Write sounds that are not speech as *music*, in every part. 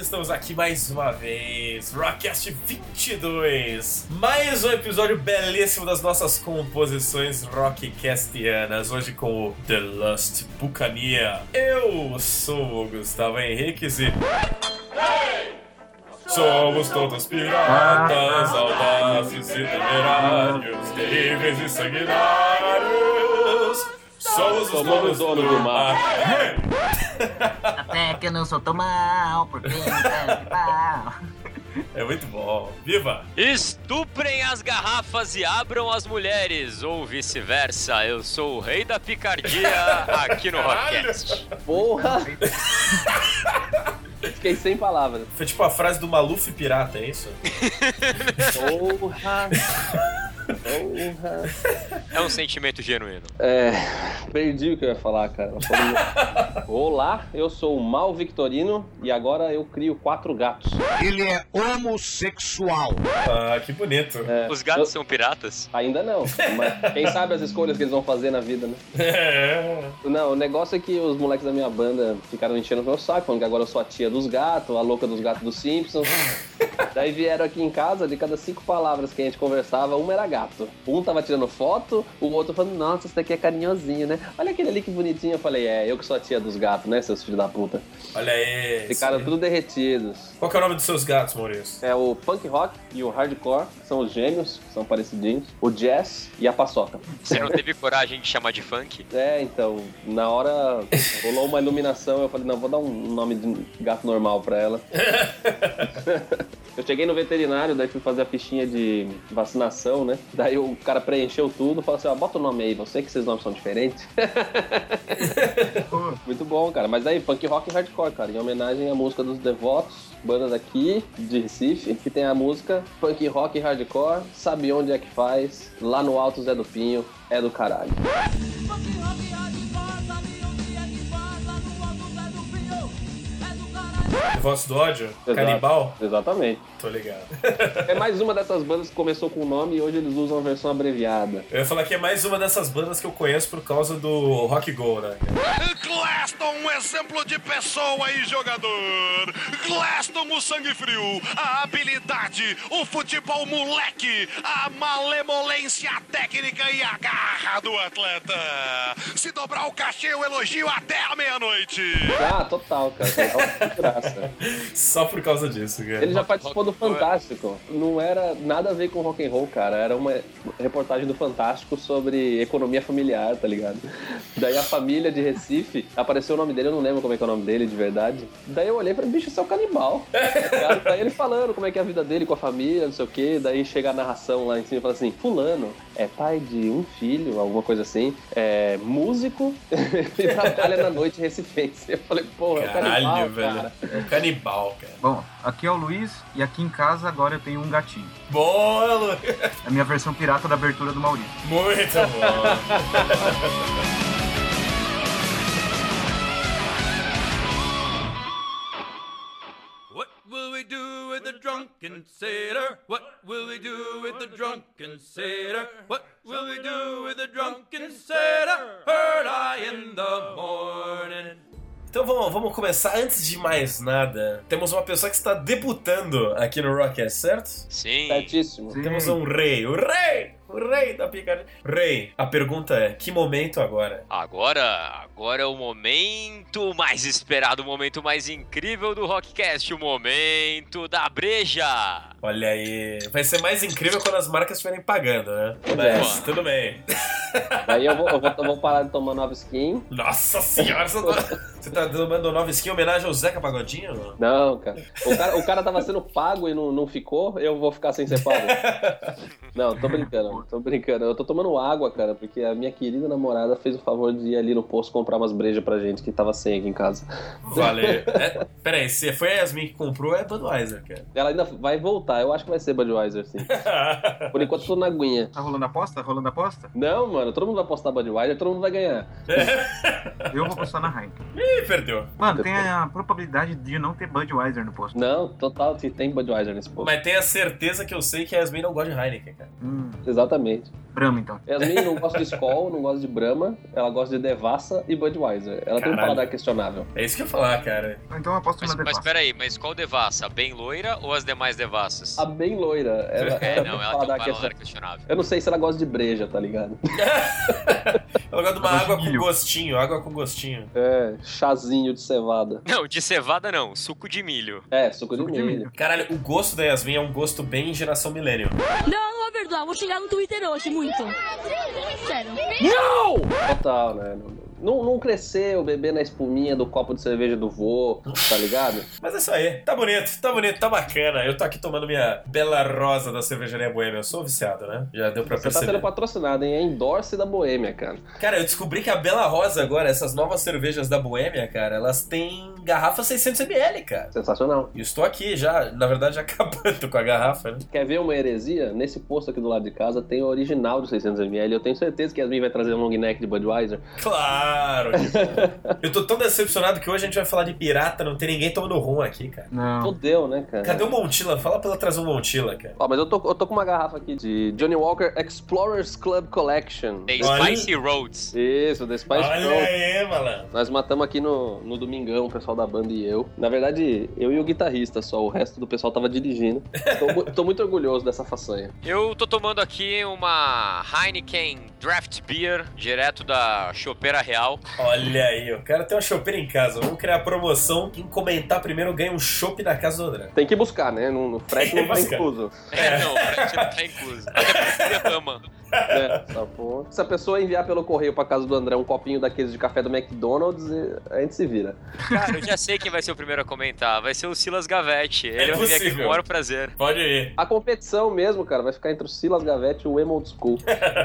estamos aqui mais uma vez. Rockcast 22. Mais um episódio belíssimo das nossas composições rockcastianas. Hoje com o The Lust Bucania. Eu sou o Gustavo Henriquez e. Somos todos piratas, audazes e temerários, terríveis e sanguinários. Somos os donos do mar. Até Né, que eu não sou tão mal, porque eu não quero de pau. É muito bom. Viva! Estuprem as garrafas e abram as mulheres, ou vice-versa. Eu sou o rei da picardia aqui no Caralho! Rockcast. Porra! *laughs* Fiquei sem palavras. Foi tipo a frase do Maluf pirata, é isso? Porra! Porra! É um sentimento genuíno. É, perdi o que eu ia falar, cara. Olá, eu sou o Mal Victorino e agora eu crio quatro gatos. Ele é homossexual. Ah, que bonito. É, Os gatos são piratas? eu- Ainda não, mas quem sabe as escolhas que eles vão fazer na vida, né? É. Não, o negócio é que os moleques da minha banda ficaram enchendo o meu saco, falando que agora eu sou a tia dos gatos, a louca dos gatos dos Simpsons. Daí vieram aqui em casa, de cada cinco palavras que a gente conversava, uma era gato. Um tava tirando foto, o outro falando, nossa, esse daqui é carinhosinho, né? Olha aquele ali que bonitinho. Eu falei, é, eu que sou a tia dos gatos, né, seus filhos da puta. *laughs* Olha aí. Ficaram isso aí. tudo derretidos. Qual que é o nome dos seus gatos, Maurício? É o punk rock e o hardcore, que são os gêmeos, que são parecidinhos. O jazz e a paçoca. Você não teve coragem de chamar de funk? É, então, na hora rolou uma iluminação, eu falei, não, vou dar um nome de gato normal pra ela. eu cheguei no veterinário, daí fui fazer a fichinha de vacinação, né? Daí o cara preencheu tudo, falou assim, ó, bota o nome aí, eu sei que seus nomes são diferentes. Muito bom, cara. Mas daí, punk rock e hardcore, cara, em homenagem à música dos Devotos, banda daqui, de Recife, que tem a música punk rock e hardcore, sabe onde é que faz, lá no Alto Zé do Pinho, é do caralho. um é Voz do ódio? Exato. Canibal? Exatamente. Tô ligado. *laughs* É mais uma dessas bandas que começou com o nome e hoje eles usam a versão abreviada. Eu ia falar que é mais uma dessas bandas que eu conheço por causa do Rock Go, né? Glaston, um exemplo de pessoa e jogador. Glaston, o sangue frio, a habilidade, o futebol moleque, a malemolência técnica e a garra do atleta. Se dobrar o cachê, eu elogio até a meia-noite. Ah, total, *laughs* cara. Total, que graça. Só por causa disso, cara. Ele já participou do é. Fantástico. Não era nada a ver com rock and roll, cara. Era uma reportagem do Fantástico sobre economia familiar, tá ligado? Daí a família de Recife, apareceu o nome dele, eu não lembro como é que é o nome dele de verdade. Daí eu olhei e falei, bicho, isso é um canibal. Cara, Daí ele falando como é que é a vida dele com a família, não sei o quê. Daí chega a narração lá em cima e fala assim, fulano é pai de um filho, alguma coisa assim, é músico *laughs* e trabalha na noite recifense. Eu falei, porra, é um Caralho, canibal, velho. cara. É um canibal, cara. Bom, aqui é o Luiz e aqui em casa agora eu tenho um gatinho. Boa, Lu. É a minha versão pirata da abertura do Maurício. Muito bom. What will we do with the drunken sailor? What will we do with the drunken sailor? What will we do with the drunken sailor? Heard I in the morning. Então vamos, vamos começar. Antes de mais nada, temos uma pessoa que está debutando aqui no Rockcast, certo? Sim. Certíssimo. Sim. Temos um rei, o rei, o rei da picareta. Rei, a pergunta é, que momento agora? Agora, agora é o momento mais esperado, o momento mais incrível do Rockcast, o momento da breja. Olha aí, vai ser mais incrível quando as marcas estiverem pagando, né? Mas é. tudo bem. Daí eu vou, eu vou- eu vou parar de tomar nova skin. Nossa senhora, você tá, você tá dando nova skin em homenagem ao Zeca Pagodinho? Não, cara. O cara, o cara tava sendo pago e não, não ficou, eu vou ficar sem ser pago. Não, tô brincando, tô brincando. Eu tô tomando água, cara, porque a minha querida namorada fez o favor de ir ali no posto comprar umas brejas pra gente que tava sem aqui em casa. Valeu. É, peraí, se foi a Yasmin que comprou, é Budweiser, Ela ainda vai voltar, eu acho que vai ser Budweiser, sim. *laughs* cara. Por enquanto eu tô na aguinha. Tá rolando aposta? Tá rolando aposta? Não, mano, todo mundo vai apostar Budweiser, todo mundo vai ganhar. Eu vou apostar na Heineken. Ih, perdeu. Mano, tem a probabilidade de não ter Budweiser no posto. Não, total, que tem Budweiser nesse posto. Mas tenha certeza que eu sei que a Yasmin não gosta de Heineken, cara. Hum, Exatamente. Brahma, então. Yasmin não gosta de Skol, não gosta de Brahma, ela gosta de Devassa e Budweiser. Ela tem um Caralho. paladar questionável. É isso que eu ia falar, cara. Então eu aposto Mas, na mas Devassa. peraí, mas qual devassa? A bem loira ou as demais devassas? A bem loira, ela, É, não, ela tem um paladar paladar questionável. questionável. Eu não sei se ela gosta de breja, tá ligado? Eu gosto de uma Água de água com milho. gostinho, água com gostinho. É, chazinho de cevada. Não, de cevada não, suco de milho. É, suco, Suco de, de milho. milho. Caralho, o gosto da Yasmin é um gosto bem geração milênio. Não, ô Verdão, vou chegar no Twitter hoje, muito. Sério. Total, né? Não, não cresceu bebendo a espuminha do copo de cerveja do vô, tá ligado? Mas é isso aí. Tá bonito, tá bonito, tá bacana. Eu tô aqui tomando minha bela rosa da cervejaria boêmia. Eu sou viciado, né? Já deu pra Você tá perceber. sendo patrocinado, hein? É endorse da Boêmia, cara. Cara, eu descobri que a Bela Rosa agora, essas novas cervejas da Boêmia, cara, elas têm garrafa 600ml, cara. Sensacional. E estou aqui já, na verdade, *laughs* já acabando com a garrafa, né? Quer ver uma heresia? Nesse posto aqui do lado de casa tem o original de 600ml. Eu tenho certeza que Yasmin vai trazer um long neck de Budweiser. Claro! *laughs* tipo, eu tô tão decepcionado que hoje a gente vai falar de pirata, não tem ninguém tomando rum aqui, cara. Não. Fudeu, né, cara? Cadê o Montila? Fala pra ela trazer um Montila, cara. Ó, mas eu tô, eu tô com uma garrafa aqui de Johnny Walker Explorers Club Collection. Tem Olha. Spicy Roads. Isso, The Spice Olha Girls. aí, malandro. Nós matamos aqui no, no domingão, o pessoal da banda e eu. Na verdade, eu e o guitarrista só, o resto do pessoal tava dirigindo. Tô, mu- tô muito orgulhoso dessa façanha. Eu tô tomando aqui uma Heineken Draft Beer, direto da Chopeira Real. Olha aí, o cara tem uma chopeira um em casa. Vamos criar a promoção. Quem comentar primeiro ganha um chopp na casa do André. Tem que buscar, né? No, no frete não tá Busca. incluso. É, *laughs* não, pra gente não tá incluso. Até porque derrama. É, essa porra. Se a pessoa enviar pelo correio pra casa do André um copinho daqueles de café do McDonald's, e- a gente se vira. Cara, eu já sei quem vai ser o primeiro a comentar. Vai ser o Silas Gavetti. Ele vai vir aqui com É possível. o maior prazer. Pode ir. A competição mesmo, cara, vai ficar entre o Silas Gavetti e o Emo Old School.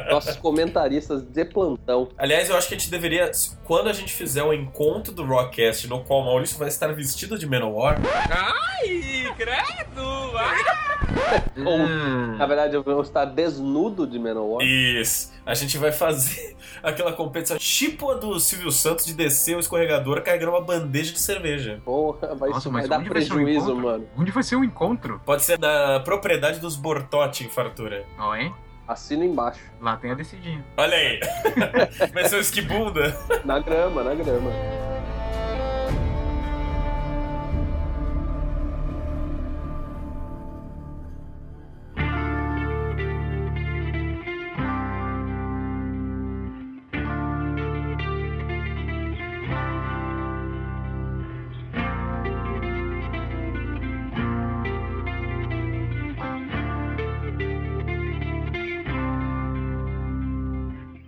Nossos comentaristas de plantão. Aliás, eu acho que a gente deveria, quando a gente fizer o encontro do Rockcast, no qual o Maurício vai estar vestido de Manowar, Ai, credo! Hum. Na verdade, eu vou estar desnudo de Menor. Isso. A gente vai fazer *laughs* aquela competição tipo a do Silvio Santos de descer o escorregador carregando uma bandeja de cerveja. Porra, vai, Nossa, isso vai mas dar onde vai ser o prejuízo, encontro? mano. Onde vai ser o encontro? Pode ser na propriedade dos Bortotti em Fartura. Ó, hein? Assina embaixo. Lá tem a decidinha. Olha aí. *laughs* Vai ser o esquibunda. Na grama, na grama.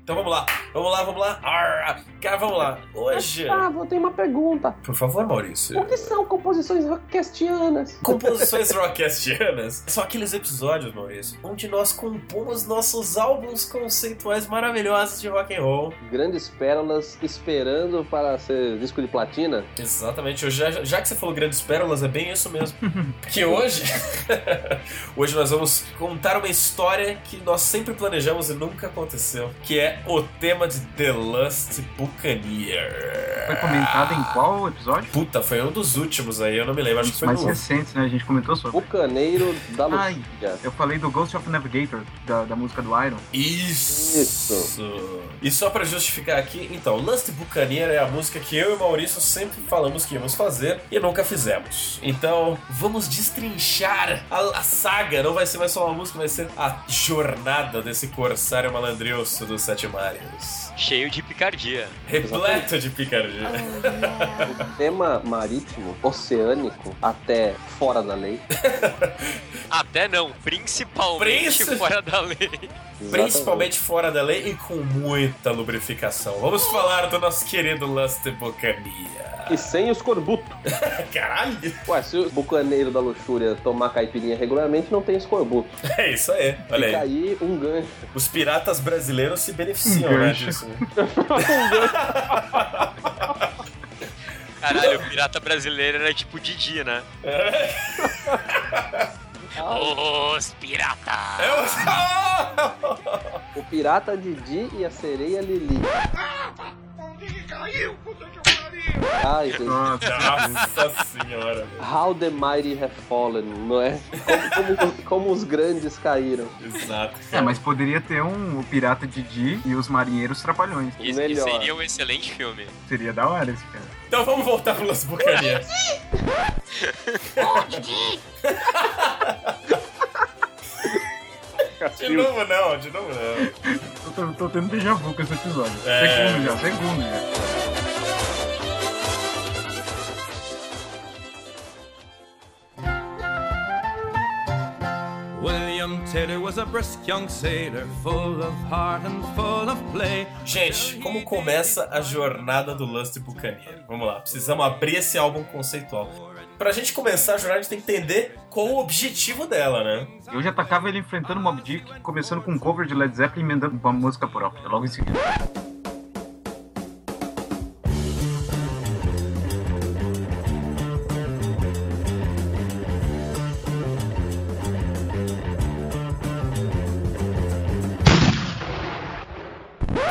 Então vamos lá. Vamos lá, vamos lá. Arr, cara, vamos lá. É. Hoje. Ah, vou ter uma pergunta. Por favor, Maurício. O que são composições rockcastianas? Composições rockastianas são aqueles episódios, Maurício, onde nós compomos nossos álbuns conceituais maravilhosos de rock and roll. *laughs* Grandes pérolas esperando para ser disco de platina? Exatamente, eu já, já que você falou grandes pérolas, é bem isso mesmo. Porque hoje. *laughs* hoje nós vamos contar uma história que nós sempre planejamos e nunca aconteceu. Que é o tema de The Lust Buccaneer. Foi comentado em qual episódio? Puta, foi um dos últimos aí, eu não me lembro, acho que foi mais no. recentes, né? A gente comentou sobre. O caneiro da Ai. Lucia. Eu falei do Ghost of Navigator, da, da música do Iron. Isso. Isso. E só pra justificar aqui, então, Lust Buccaneer é a música que eu e Maurício sempre falamos que íamos fazer e nunca fizemos. Então, vamos destrinchar a, a saga. Não vai ser mais só uma música, vai ser a jornada desse corsário malandrilso dos Sete Mares. Cheio de picardia. Repleto de picardia. O tema marítimo, oceânico, até fora da lei. Até não, principalmente Príncipe. fora da lei. Principalmente fora da lei e com muita lubrificação. Vamos falar do nosso querido Lust Buccaneer. Exatamente. E sem os corbutos. *laughs* Caralho! Ué, se o bucaneiro da luxúria tomar caipirinha regularmente, não tem escorbuto. É isso aí. Olha aí. Fica aí um gancho. Os piratas brasileiros se beneficiam né, Gancho. disso. né? *laughs* Caralho, o pirata brasileiro era tipo Didi, né? É. Os pirata! É o- O pirata Didi e a sereia Lili. Ih, caiu! Puta que pariu! Ai, gente. Nossa senhora, velho. How the mighty have fallen, não é? Como, como- como os grandes caíram. Exato. É, mas poderia ter um O Pirata Didi e os Marinheiros Trapalhões. Isso Melhor. seria um excelente filme. Seria da hora esse cara. Então vamos voltar pro Las Bucanias. De novo não, de novo não. Eu tô, tô tendo déjà vu com esse episódio. É. Segundo já, segundo já. William Taylor was a brisk young sailor, full of heart and full of play. Gente, como começa a jornada do Lust Buccaneer? Vamos lá, precisamos abrir esse álbum conceitual. Pra gente começar a jornada, a gente tem que entender qual o objetivo dela, né? Eu já atacava ele enfrentando Mob Dick, começando com um cover de Led Zeppelin e emendando uma música própria, logo em seguida.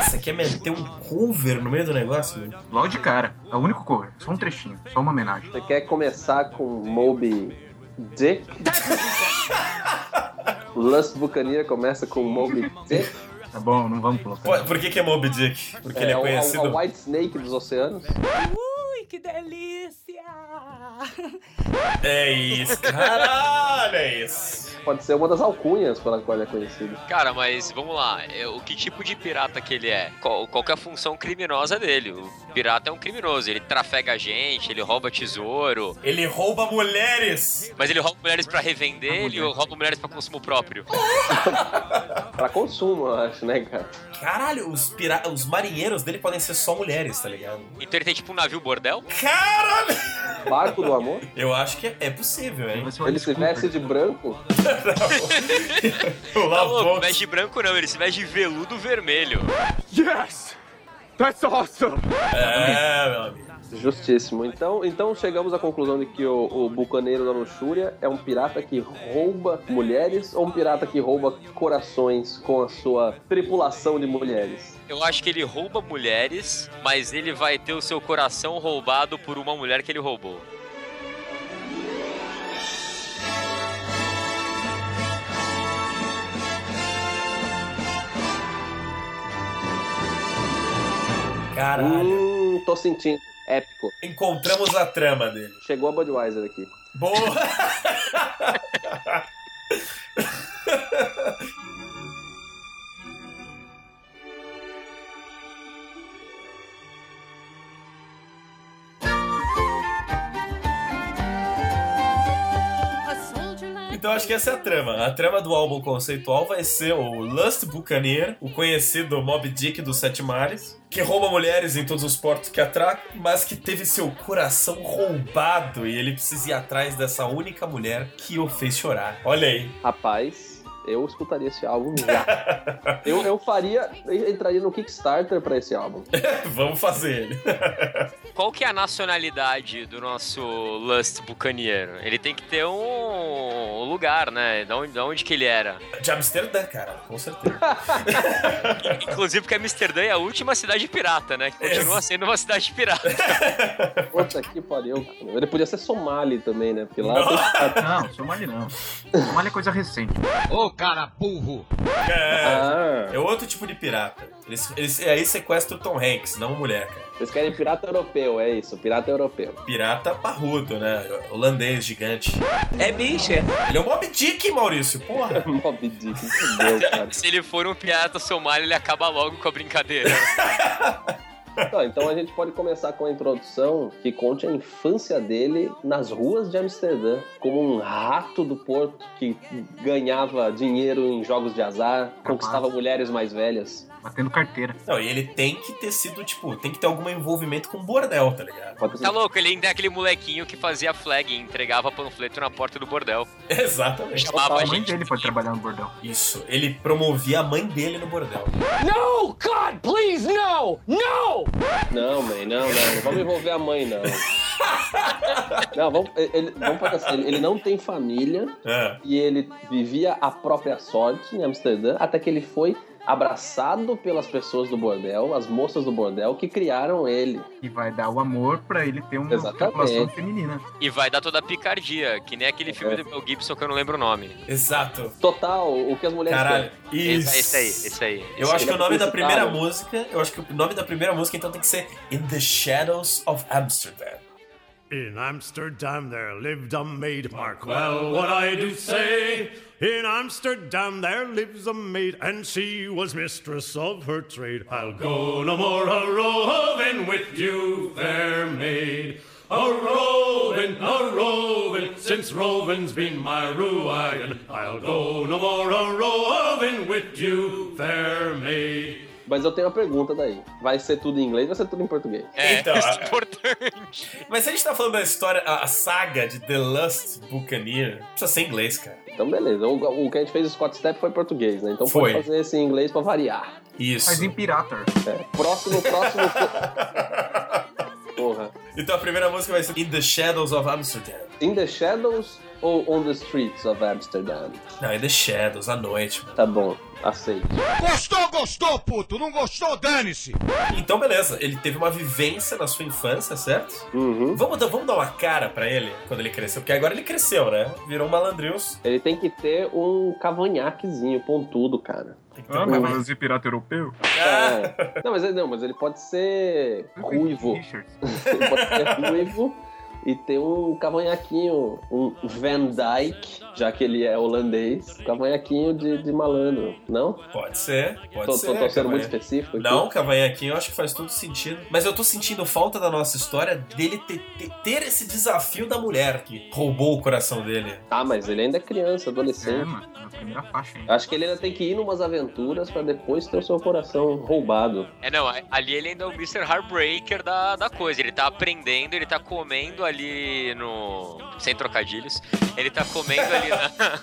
Isso aqui é meter um cover no meio do negócio, velho. Logo de cara. É o único cover, só um trechinho, só uma homenagem. Você quer começar com Moby Dick? Lust Buccaneer começa com Moby Dick. Tá bom, não vamos colocar. Pô, Por que, que é Moby Dick? Porque ele é o- conhecido. o White Snake dos oceanos. É isso, caralho, é isso. Pode ser uma das alcunhas pela qual ele é conhecido. Cara, mas vamos lá. é, O que tipo de pirata que ele é? Qual, qual que é a função criminosa dele? O pirata é um criminoso. Ele trafega gente, ele rouba tesouro. Ele rouba mulheres. Mas ele rouba mulheres pra revender, ele rouba mulheres pra consumo próprio. Pra consumo, eu acho, né, cara? Caralho, os, pira... os marinheiros dele podem ser só mulheres, tá ligado? Então ele tem tipo um navio bordel? Caralho! Barco do amor. Eu acho que é, é possível, hein? Vai ser o Ele Alice se veste Cooper. de branco. O Tá Lavon- louco, veste de branco não, ele se veste de veludo vermelho. É, meu amigo. Justíssimo. Então, então chegamos à conclusão de que o, o bucaneiro da luxúria é um pirata que rouba mulheres ou um pirata que rouba corações com a sua tripulação de mulheres? Eu acho que ele rouba mulheres, mas ele vai ter o seu coração roubado por uma mulher que ele roubou. Caralho. Hum, tô sentindo. Épico. Encontramos a trama dele. Chegou a Budweiser aqui. Boa! Então acho que essa é a trama. A trama do álbum conceitual vai ser o Lust Buccaneer, o conhecido Mob Dick dos Sete Mares, que rouba mulheres em todos os portos que atraca, mas que teve seu coração roubado e ele precisa ir atrás dessa única mulher que o fez chorar. Olha aí. *laughs* Rapaz, eu escutaria esse álbum já. Eu, eu faria, eu entraria no Kickstarter pra esse álbum. Vamos fazer ele. *laughs* Qual que é a nacionalidade do nosso Lust Buccaneer? Ele tem que ter um lugar, né? Da onde, da onde que ele era? De Amsterdã, cara, com certeza. Inclusive porque Amsterdã é a última cidade pirata, né? Que continua sendo uma *laughs* cidade pirata. Puta que pariu. Ele podia ser Somali também, né? Porque lá Não, Somali não. Somali é coisa recente. É, Ah, é outro tipo de pirata. Eles, eles, é, aí sequestra o Tom Hanks, não a mulher, cara. vocês querem pirata europeu, é isso, pirata europeu. Pirata parrudo, né? Holandês, gigante. É bicha. Ele é um Mob Dick, Maurício, porra. *laughs* Mob Dick, entendeu, cara? Se ele for um pirata somali, ele acaba logo com a brincadeira. Tá, então a gente pode começar com a introdução que conte a infância dele nas ruas de Amsterdã, como um rato do porto que ganhava dinheiro em jogos de azar, conquistava mulheres mais velhas. Batendo carteira. Não, e ele tem que ter sido, tipo, tem que ter algum envolvimento com bordel, tá ligado? Pode ser- Tá louco, ele ainda é aquele molequinho que fazia flag e entregava panfleto na porta do bordel. Exatamente. Chamava A a mãe gente. dele pode trabalhar no bordão. Isso, ele promovia a mãe dele no bordel. Não, mãe, não, não. Não vamos envolver a mãe, não. Não, vamos, ele, vamos pensar, ele ele não tem família Ah, e ele vivia a própria sorte em Amsterdã até que ele foi abraçado pelas pessoas do bordel, as moças do bordel que criaram ele. E vai dar o amor pra ele ter uma Exatamente. população feminina. E vai dar toda a picardia, que nem aquele filme do Mel Gibson que eu não lembro o nome. Exato. Total, o que as mulheres Caralho. Isso. Esse, esse aí, esse aí. Eu acho que o nome da primeira Inacreditável. música, eu acho que o nome da primeira música então tem que ser In the Shadows of Amsterdam. In Amsterdam there lived a maid, mark well what I do say. In Amsterdam there lives a maid, and she was mistress of her trade. I'll go no more a roving with you, fair maid. A roving, a roving, since roving's been my ruin. I'll go no more a roving with you, fair maid. têm. Mas eu tenho uma pergunta daí. Vai ser tudo em inglês ou vai ser tudo em português? É, *laughs* Então, isso a- é importante. Mas se a gente tá falando da história, a a saga de The Lust Buccaneer, precisa ser em inglês, cara. Então beleza, o, o que a gente fez do Scott Step foi em português, né? Então Foi. pode fazer esse em inglês pra variar. Isso. Mas em Pirator. É. Próximo, próximo... Porra. *laughs* Então a primeira música vai ser In the Shadows of Amsterdam. In the Shadows ou On the Streets of Amsterdam? Não, In the Shadows, à noite, mano. Tá bom, aceito. Gostou, gostou, puto? Não gostou, dane-se! Então, beleza, ele teve uma vivência na sua infância, certo? Uhum. Vamos, dar- vamos dar uma cara pra ele quando ele cresceu, porque agora ele cresceu, né? Virou um malandrilso. Ele tem que ter um cavanhaquezinho pontudo, cara. Ah, mas vai fazer pirata europeu? É. Não, mas ele, não, mas ele pode ser *laughs* ruivo. Richards. Ele pode ser ruivo e ter um cavanhaquinho, um Van Dyke, já que ele é holandês, cavanhaquinho de, de malandro, não? Ah, Pode ser, pode Tô, tô, ser. tô sendo Cavanha. muito específico aqui. Não, Cavanhaquinho, eu acho que faz todo sentido. Mas eu tô sentindo falta da nossa história dele ter, ter- ter esse desafio da mulher que roubou o coração dele. Ah, mas ele ainda é criança, É, adolescente. mano. Na primeira faixa, hein? É. Acho que ele ainda tem que ir numas aventuras pra depois ter o seu coração roubado. É, não, ali ele ainda é o Mr. Heartbreaker da, da coisa. Ele tá aprendendo, ele tá comendo ali no. Sem trocadilhos. Ele tá comendo ali na-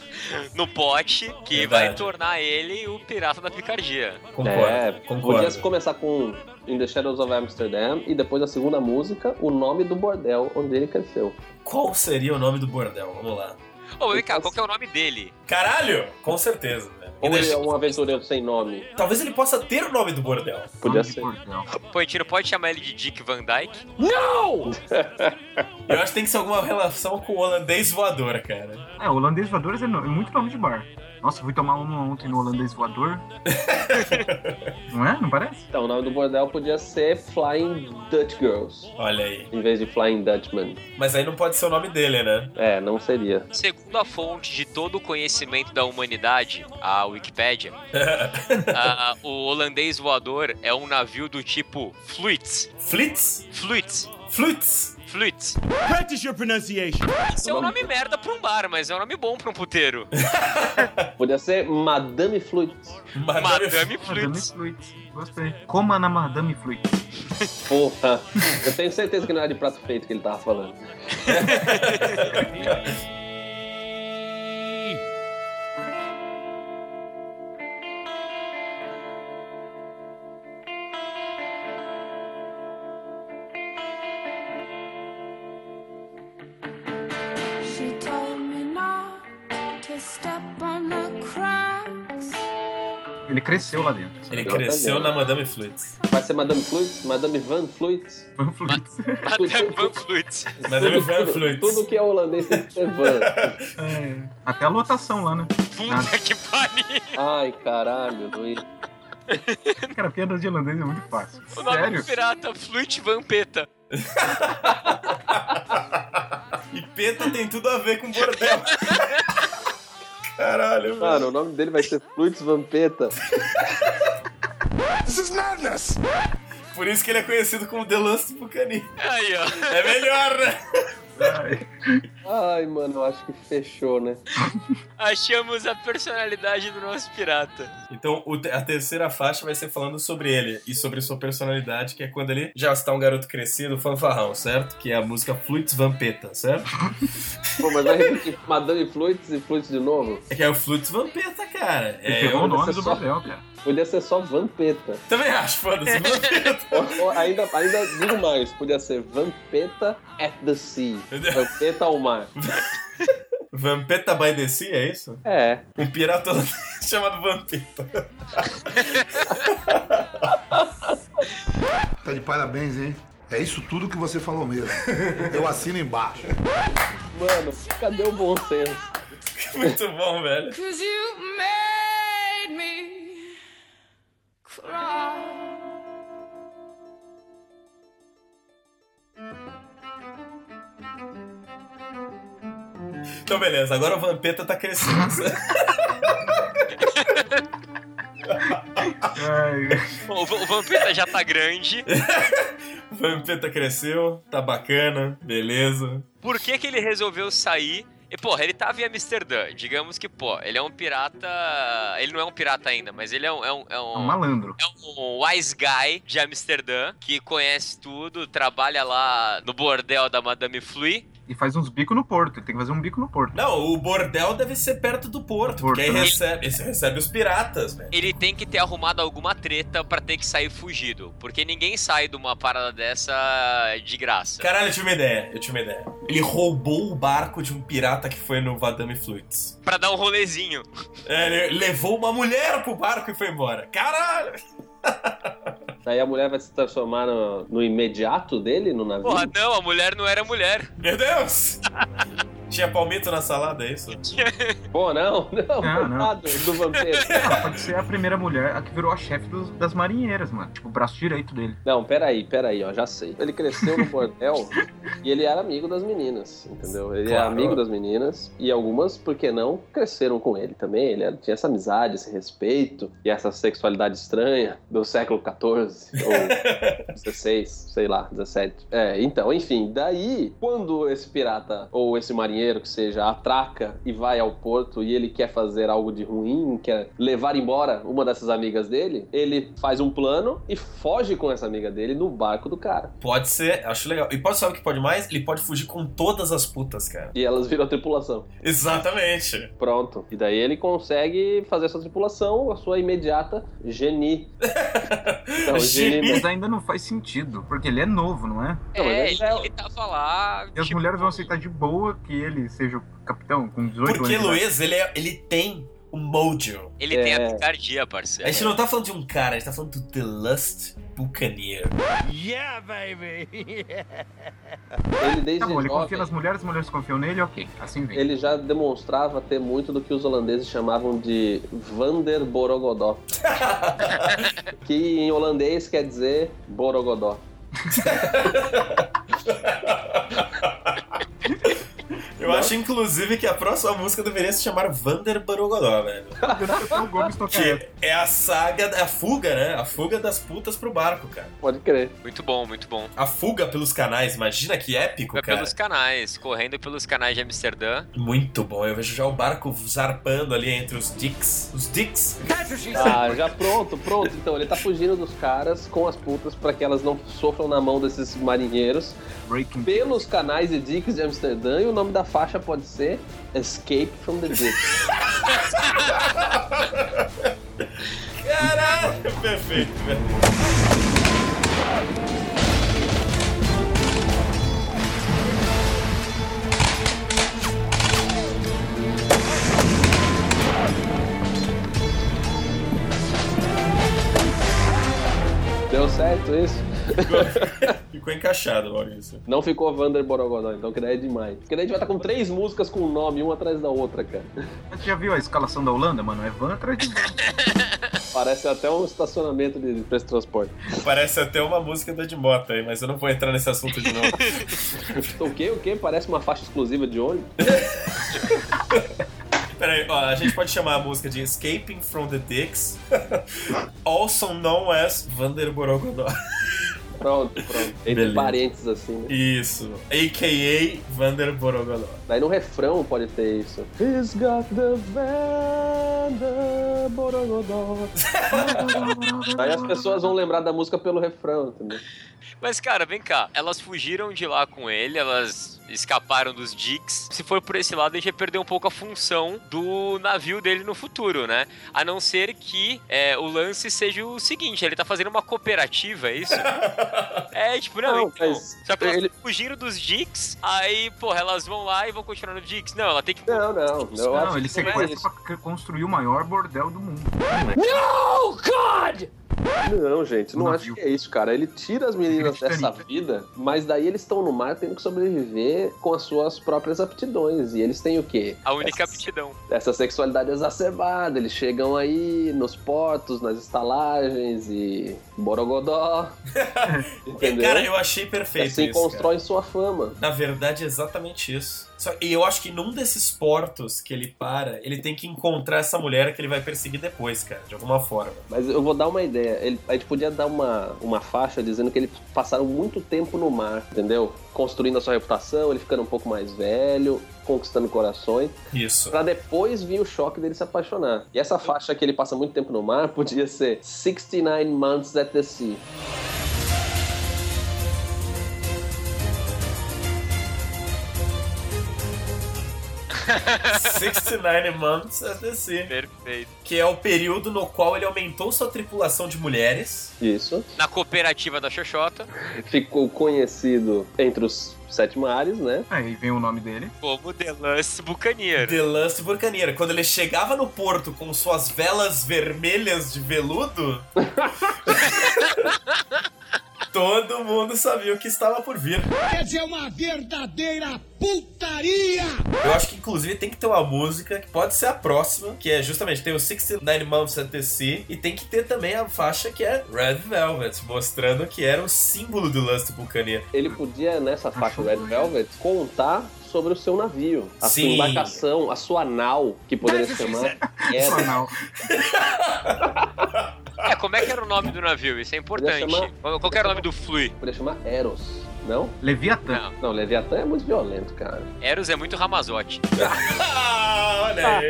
*laughs* no pote, que Verdade. vai tornar ele o pirata da picardia. Concordo, é, concordo. podia começar com In the Shadows of Amsterdam e depois a segunda música, o nome do bordel onde ele cresceu. Qual seria o nome do bordel? Vamos lá. Ô, vem cá, qual que é o nome dele? Caralho! Com certeza, né? E Ou ele é deixa- um aventureiro sem nome. Talvez ele possa ter o nome do bordel. Podia Nome de ser. Cordel. Pô, a gente não pode chamar ele de Dick Van Dyke? Eu acho que tem que ser alguma relação com o holandês voador, cara. É, holandês voador é, no- é muito nome de bar. Nossa, eu fui tomar uma ontem no holandês voador. Não é? Não parece? Então, o nome do bordel podia ser Flying Dutch Girls, Olha aí. em vez de Flying Dutchman. Mas aí não pode ser o nome dele, né? *laughs* É, não seria. Segundo a fonte de todo o conhecimento da humanidade, a Wikipédia, *laughs* a- o holandês voador é um navio do tipo Fluits. Flitz? Fluits. Flutz? Fluits. Practice your pronunciation. Isso é um nome merda pra um bar, mas é um nome bom pra um puteiro. Podia ser Madame Fluids. É *laughs* Madame Madame Fluits. Fluids. Gostei. Coma na Madame Fluids. Porra. Eu tenho certeza que não era de prato feito que ele tava falando. é- She told me not to step on the cracks. Ele cresceu lá dentro. Ele Exatamente. cresceu na Madame Flutz. Vai ser Madame Fluids, Madame Van Fluids. Madame Fluids. Madame Van Fluits. Madame Van tudo, Flutz. tudo que é holandês tem que ser Van. É, Até a lotação lá, né? Puta que *laughs* pariu. Ai, caralho, Luiz. Cara, piada de holandês é muito fácil. O nome Sério? do pirata, Fluit Vampeta. E peta tem tudo a ver com bordel. *laughs* Caralho, mano. Mano, o nome dele vai ser Fluids Vampeta. This is madness! Por isso que ele é conhecido como The Lust Bucani. Aí, ó. É melhor, né? Ai, Ai, mano, eu acho que fechou, né? Achamos a personalidade do nosso pirata. Então, o te- a terceira faixa vai ser falando sobre ele e sobre sua personalidade, que é quando ele já está um garoto crescido, fanfarrão, certo? Que é a música Flutes Vampeta, certo? Pô, mas vai repetir Madame Fluids e Fluids de novo? É que é o Flutes Vampeta, cara. Ele É, pegou eu o nome essa do só- papel, cara. Podia ser só Vampeta. também acho, foda-se. Vampeta. Ou- ou ainda, ainda digo mais, podia ser Vampeta at the Sea. Vampeta ao mar. Vampeta by the Sea, é isso? É. Um pirata holandês *laughs* chamado Vampeta. Tá de parabéns, hein? É isso tudo que você falou mesmo. Eu assino embaixo. Mano, cadê o bom senso? Muito bom, velho. Cause you made me cry. Então, beleza, agora o Vampeta tá crescendo. *laughs* O, Va- o Vampeta já tá grande. o Vampeta cresceu, tá bacana, beleza. Por que, que ele resolveu sair? E, porra, ele tava em Amsterdã. Digamos que, pô, ele é um pirata. Ele não é um pirata ainda, mas ele é um. É um, é um- É um malandro. É um wise guy de Amsterdã que conhece tudo, trabalha lá no bordel da Madame Flui. E faz uns bicos no porto. Ele tem que fazer um bico no porto. Não, o bordel deve ser perto do porto, porque aí né? recebe, esse recebe os piratas, velho. Ele tem que ter arrumado alguma treta pra ter que sair fugido. Porque ninguém sai de uma parada dessa de graça. Caralho, eu tive uma ideia, eu tive uma ideia. Ele roubou o barco de um pirata que foi no Vadame Flutes. Pra dar um rolezinho. É, ele levou uma mulher pro barco e foi embora. Caralho! Aí a mulher vai se transformar no, no imediato dele, no navio? Porra, não, a mulher não era mulher. Meu Deus! *laughs* Tinha palmito na salada, é isso? Pô, não, não, Não, não. coitado do vampiro. Ela pode ser a primeira mulher a que virou a chefe dos- das marinheiras, mano. Tipo, o braço direito dele. Não, peraí, peraí, ó, já sei. Ele cresceu no bordel e ele era amigo das meninas, entendeu? Ele era Claro. amigo das meninas e algumas, por que não, cresceram com ele também. Ele era- tinha essa amizade, esse respeito e essa sexualidade estranha do século XIV ou XVI, sei lá, XVII. É, então, enfim, daí, quando esse pirata ou esse marinheiro que seja atraca e vai ao porto e ele quer fazer algo de ruim, quer levar embora uma dessas amigas dele, ele faz um plano e foge com essa amiga dele no barco do cara. Pode ser, acho legal. E pode saber o que pode mais? Ele pode fugir com todas as putas, cara. E elas viram a tripulação. Exatamente. Pronto. E daí ele consegue fazer sua tripulação, a sua imediata Geni. Então, Geni. Mas ainda não faz sentido, porque ele é novo, não é? Não, é, mas ele ele, já- ele tava lá. E as tipo, mulheres vão aceitar de boa que ele seja o capitão com 18 Porque anos. Luiz, ele, é- ele tem o mojo. Ele tem É. a picardia, A parceiro. gente não tá falando de um cara, a gente tá falando do The Lust Buccaneer. Yeah, baby! Ele desde Tá bom, ele confia é jovem, nas mulheres, as mulheres confiam nele, ok. Assim vem. ele já demonstrava ter muito do que os holandeses chamavam de Vander Borogodó. que em holandês quer dizer Borogodó. Eu acho, inclusive, que a próxima música deveria se chamar Vander Barogodó, velho. O *laughs* Gomes tocaria. Que é a saga, a fuga, né? A fuga das putas pro barco, cara. Pode crer. Muito bom, muito bom. A fuga pelos canais, imagina que épico, É cara. pelos canais, correndo pelos canais de Amsterdã. Muito bom, eu vejo já o barco zarpando ali entre os dicks. Os dicks? Ah, já pronto, pronto. Então, ele tá fugindo dos caras com as putas pra que elas não sofram na mão desses marinheiros. Breaking pelos canais e dicks de Amsterdã e o nome da faixa pode ser Escape from the Dick. *laughs* Caralho, perfeito, velho. Deu certo isso? Ficou encaixado, Maurício. Não ficou Vander Borogodó, então que daí é demais. Que daí a gente vai estar com três músicas com o nome, uma atrás da outra, cara. *laughs* Você já viu a escalação da Holanda, mano? É van atrás de van. Parece até um estacionamento de preço de transporte. Parece até uma música do Ed Mota aí, mas eu não vou entrar nesse assunto de *laughs* novo. Então, o que? O que? Parece uma faixa exclusiva de ônibus? Peraí, ó, a gente pode chamar a música de Escaping from the Dicks, *laughs* also known as Vander Borogodó. Pronto, pronto. Entre Beleza. parênteses, assim, né? Isso, a.k.a. Vander Borogodó. Daí no refrão pode ter isso. He's got the Vander Borogodó. Daí as pessoas vão lembrar da música pelo refrão, entendeu? Mas, cara, vem cá. Elas fugiram de lá com ele, elas escaparam dos Dicks. Se for por esse lado, a gente vai perder um pouco a função do navio dele no futuro, né? A não ser que é, o lance seja o seguinte: ele tá fazendo uma cooperativa, é isso? é, tipo, não, Não, então. mas Só que elas ele- fugiram dos Dicks, aí, porra, elas vão lá e vão continuar no Dicks. Não, ela tem que. Não, não, não. eu acho Não, ele que não é sequestra isso. pra c- construir o maior bordel do mundo. No, God! Não, gente, não Não acho que é isso, cara. Ele tira as meninas é dessa vida, mas daí eles estão no mar tendo que sobreviver com as suas próprias aptidões. E eles têm o quê? A única aptidão. Essa sexualidade exacerbada. Eles chegam aí nos portos, nas estalagens e. *laughs* Borogodó. Entendeu? Cara, eu achei perfeito assim isso, constrói sua fama. Na verdade, é exatamente isso. Só- e eu acho que num desses portos que ele para, ele tem que encontrar essa mulher que ele vai perseguir depois, cara, de alguma forma. Mas eu vou dar uma ideia. Ele, a gente podia dar uma, uma faixa dizendo que eles passaram muito tempo no mar, entendeu? Construindo a sua reputação, ele ficando um pouco mais velho, conquistando corações. Isso. Pra depois vir o choque dele se apaixonar. E essa faixa que ele passa muito tempo no mar podia ser 69 Months at the Sea. Six 69 Months at the Sea. Perfeito. Que é o período no qual ele aumentou sua tripulação de mulheres. Isso. Na cooperativa da Xoxota, Ficou conhecido entre os sete mares, né? Aí vem o nome dele. como The Lance Buccaneer. The Lance Burcaneira. Quando ele chegava no porto com suas velas vermelhas de *laughs* veludo. todo mundo sabia o que estava por vir. Essa é uma verdadeira putaria! Eu acho que inclusive tem que ter uma música que pode ser a próxima, que é justamente tem o 69 Months at the Sea e tem que ter também a faixa que é Red Velvet, mostrando que era o símbolo do Lance Buccaneer. Ele podia, nessa faixa Red Velvet, contar sobre o seu navio, a sua Sim. embarcação, a sua nau, que poderia se chamar. Só Era. não. É, como é que era o nome do navio? Isso é importante. Podia chamar- Qual que era o nome do Flui? Poderia chamar Eros, não? Leviatã. Não, Não, Leviatã é muito violento, cara. Eros é muito Ramazote. Ah, olha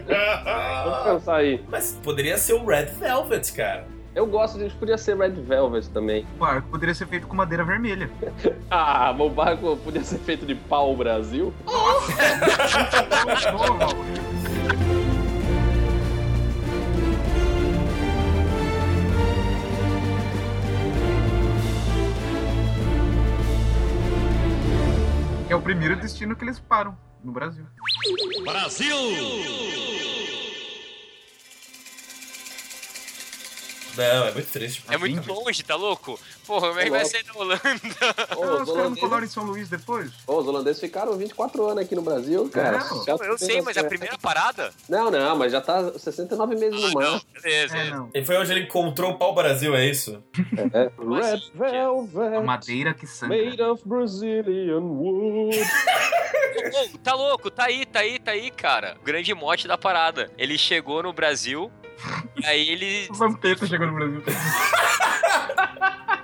*laughs* Vamos aí! pensar aí. Mas poderia ser o Red Velvet, cara. Eu gosto, a gente podia ser Red Velvet também. O arco poderia ser feito com madeira vermelha. Ah, meu barco podia ser feito de pau Brasil. É o primeiro destino que eles param no Brasil. Não, é muito triste. É muito longe, tá louco? Porra, como é que vai ser na Holanda? Ô, Ah, os, os caras não falaram em holandeses, São Luís depois? ô, os holandeses ficaram 24 anos aqui no Brasil, cara. Não, Já Eu sei, mas a primeira parada? Não, não, mas já tá 69 meses no mar. Beleza. É, não. E foi onde ele encontrou o pau Brasil, é isso? *laughs* É, Red A Velvet, madeira que sangra. made of Brazilian wood. Ô, tá louco, tá aí, tá aí, tá aí, cara. O grande mote da parada. Ele chegou no Brasil, e aí ele. O Vampeta chegou no Brasil.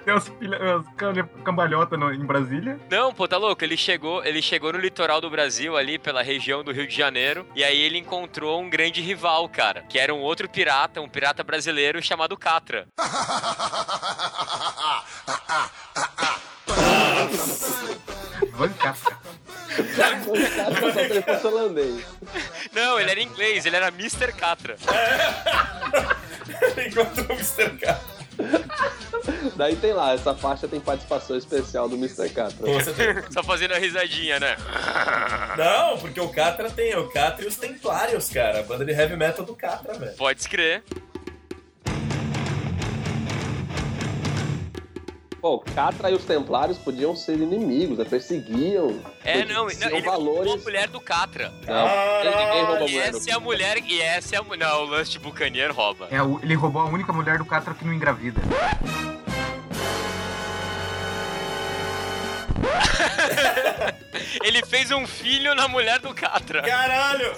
Tem as, pilha, as cana- cambalhota no- em Brasília. Não, pô, tá louco? Ele chegou, ele chegou no litoral do Brasil, ali pela região do Rio de Janeiro, e aí ele encontrou um grande rival, cara, que era um outro pirata, um pirata brasileiro chamado Catra. Vancasca. Cara, só se ele fosse holandês. Não, ele era inglês, ele era Mr. Catra. Ele encontrou o Mr. K. Daí tem lá, essa faixa tem participação especial do Mr. Catra. Pô, você *laughs* tem- Só fazendo a risadinha, né? Não, porque o Catra tem o Catra e os Templários, cara. A banda de heavy metal do Catra, velho. Pode crer. Pô, o Catra e os Templários podiam ser inimigos, né? perseguiam. É, não, não, tinham ele roubou a valores. mulher do Catra. Não, ninguém rouba a E mulher. do essa é a mulher, e essa é a mulher. Não, o Lance Buccaneer rouba. É a u- ele roubou a única mulher do Catra que não engravida. Ele fez um filho na mulher do Catra. Caralho!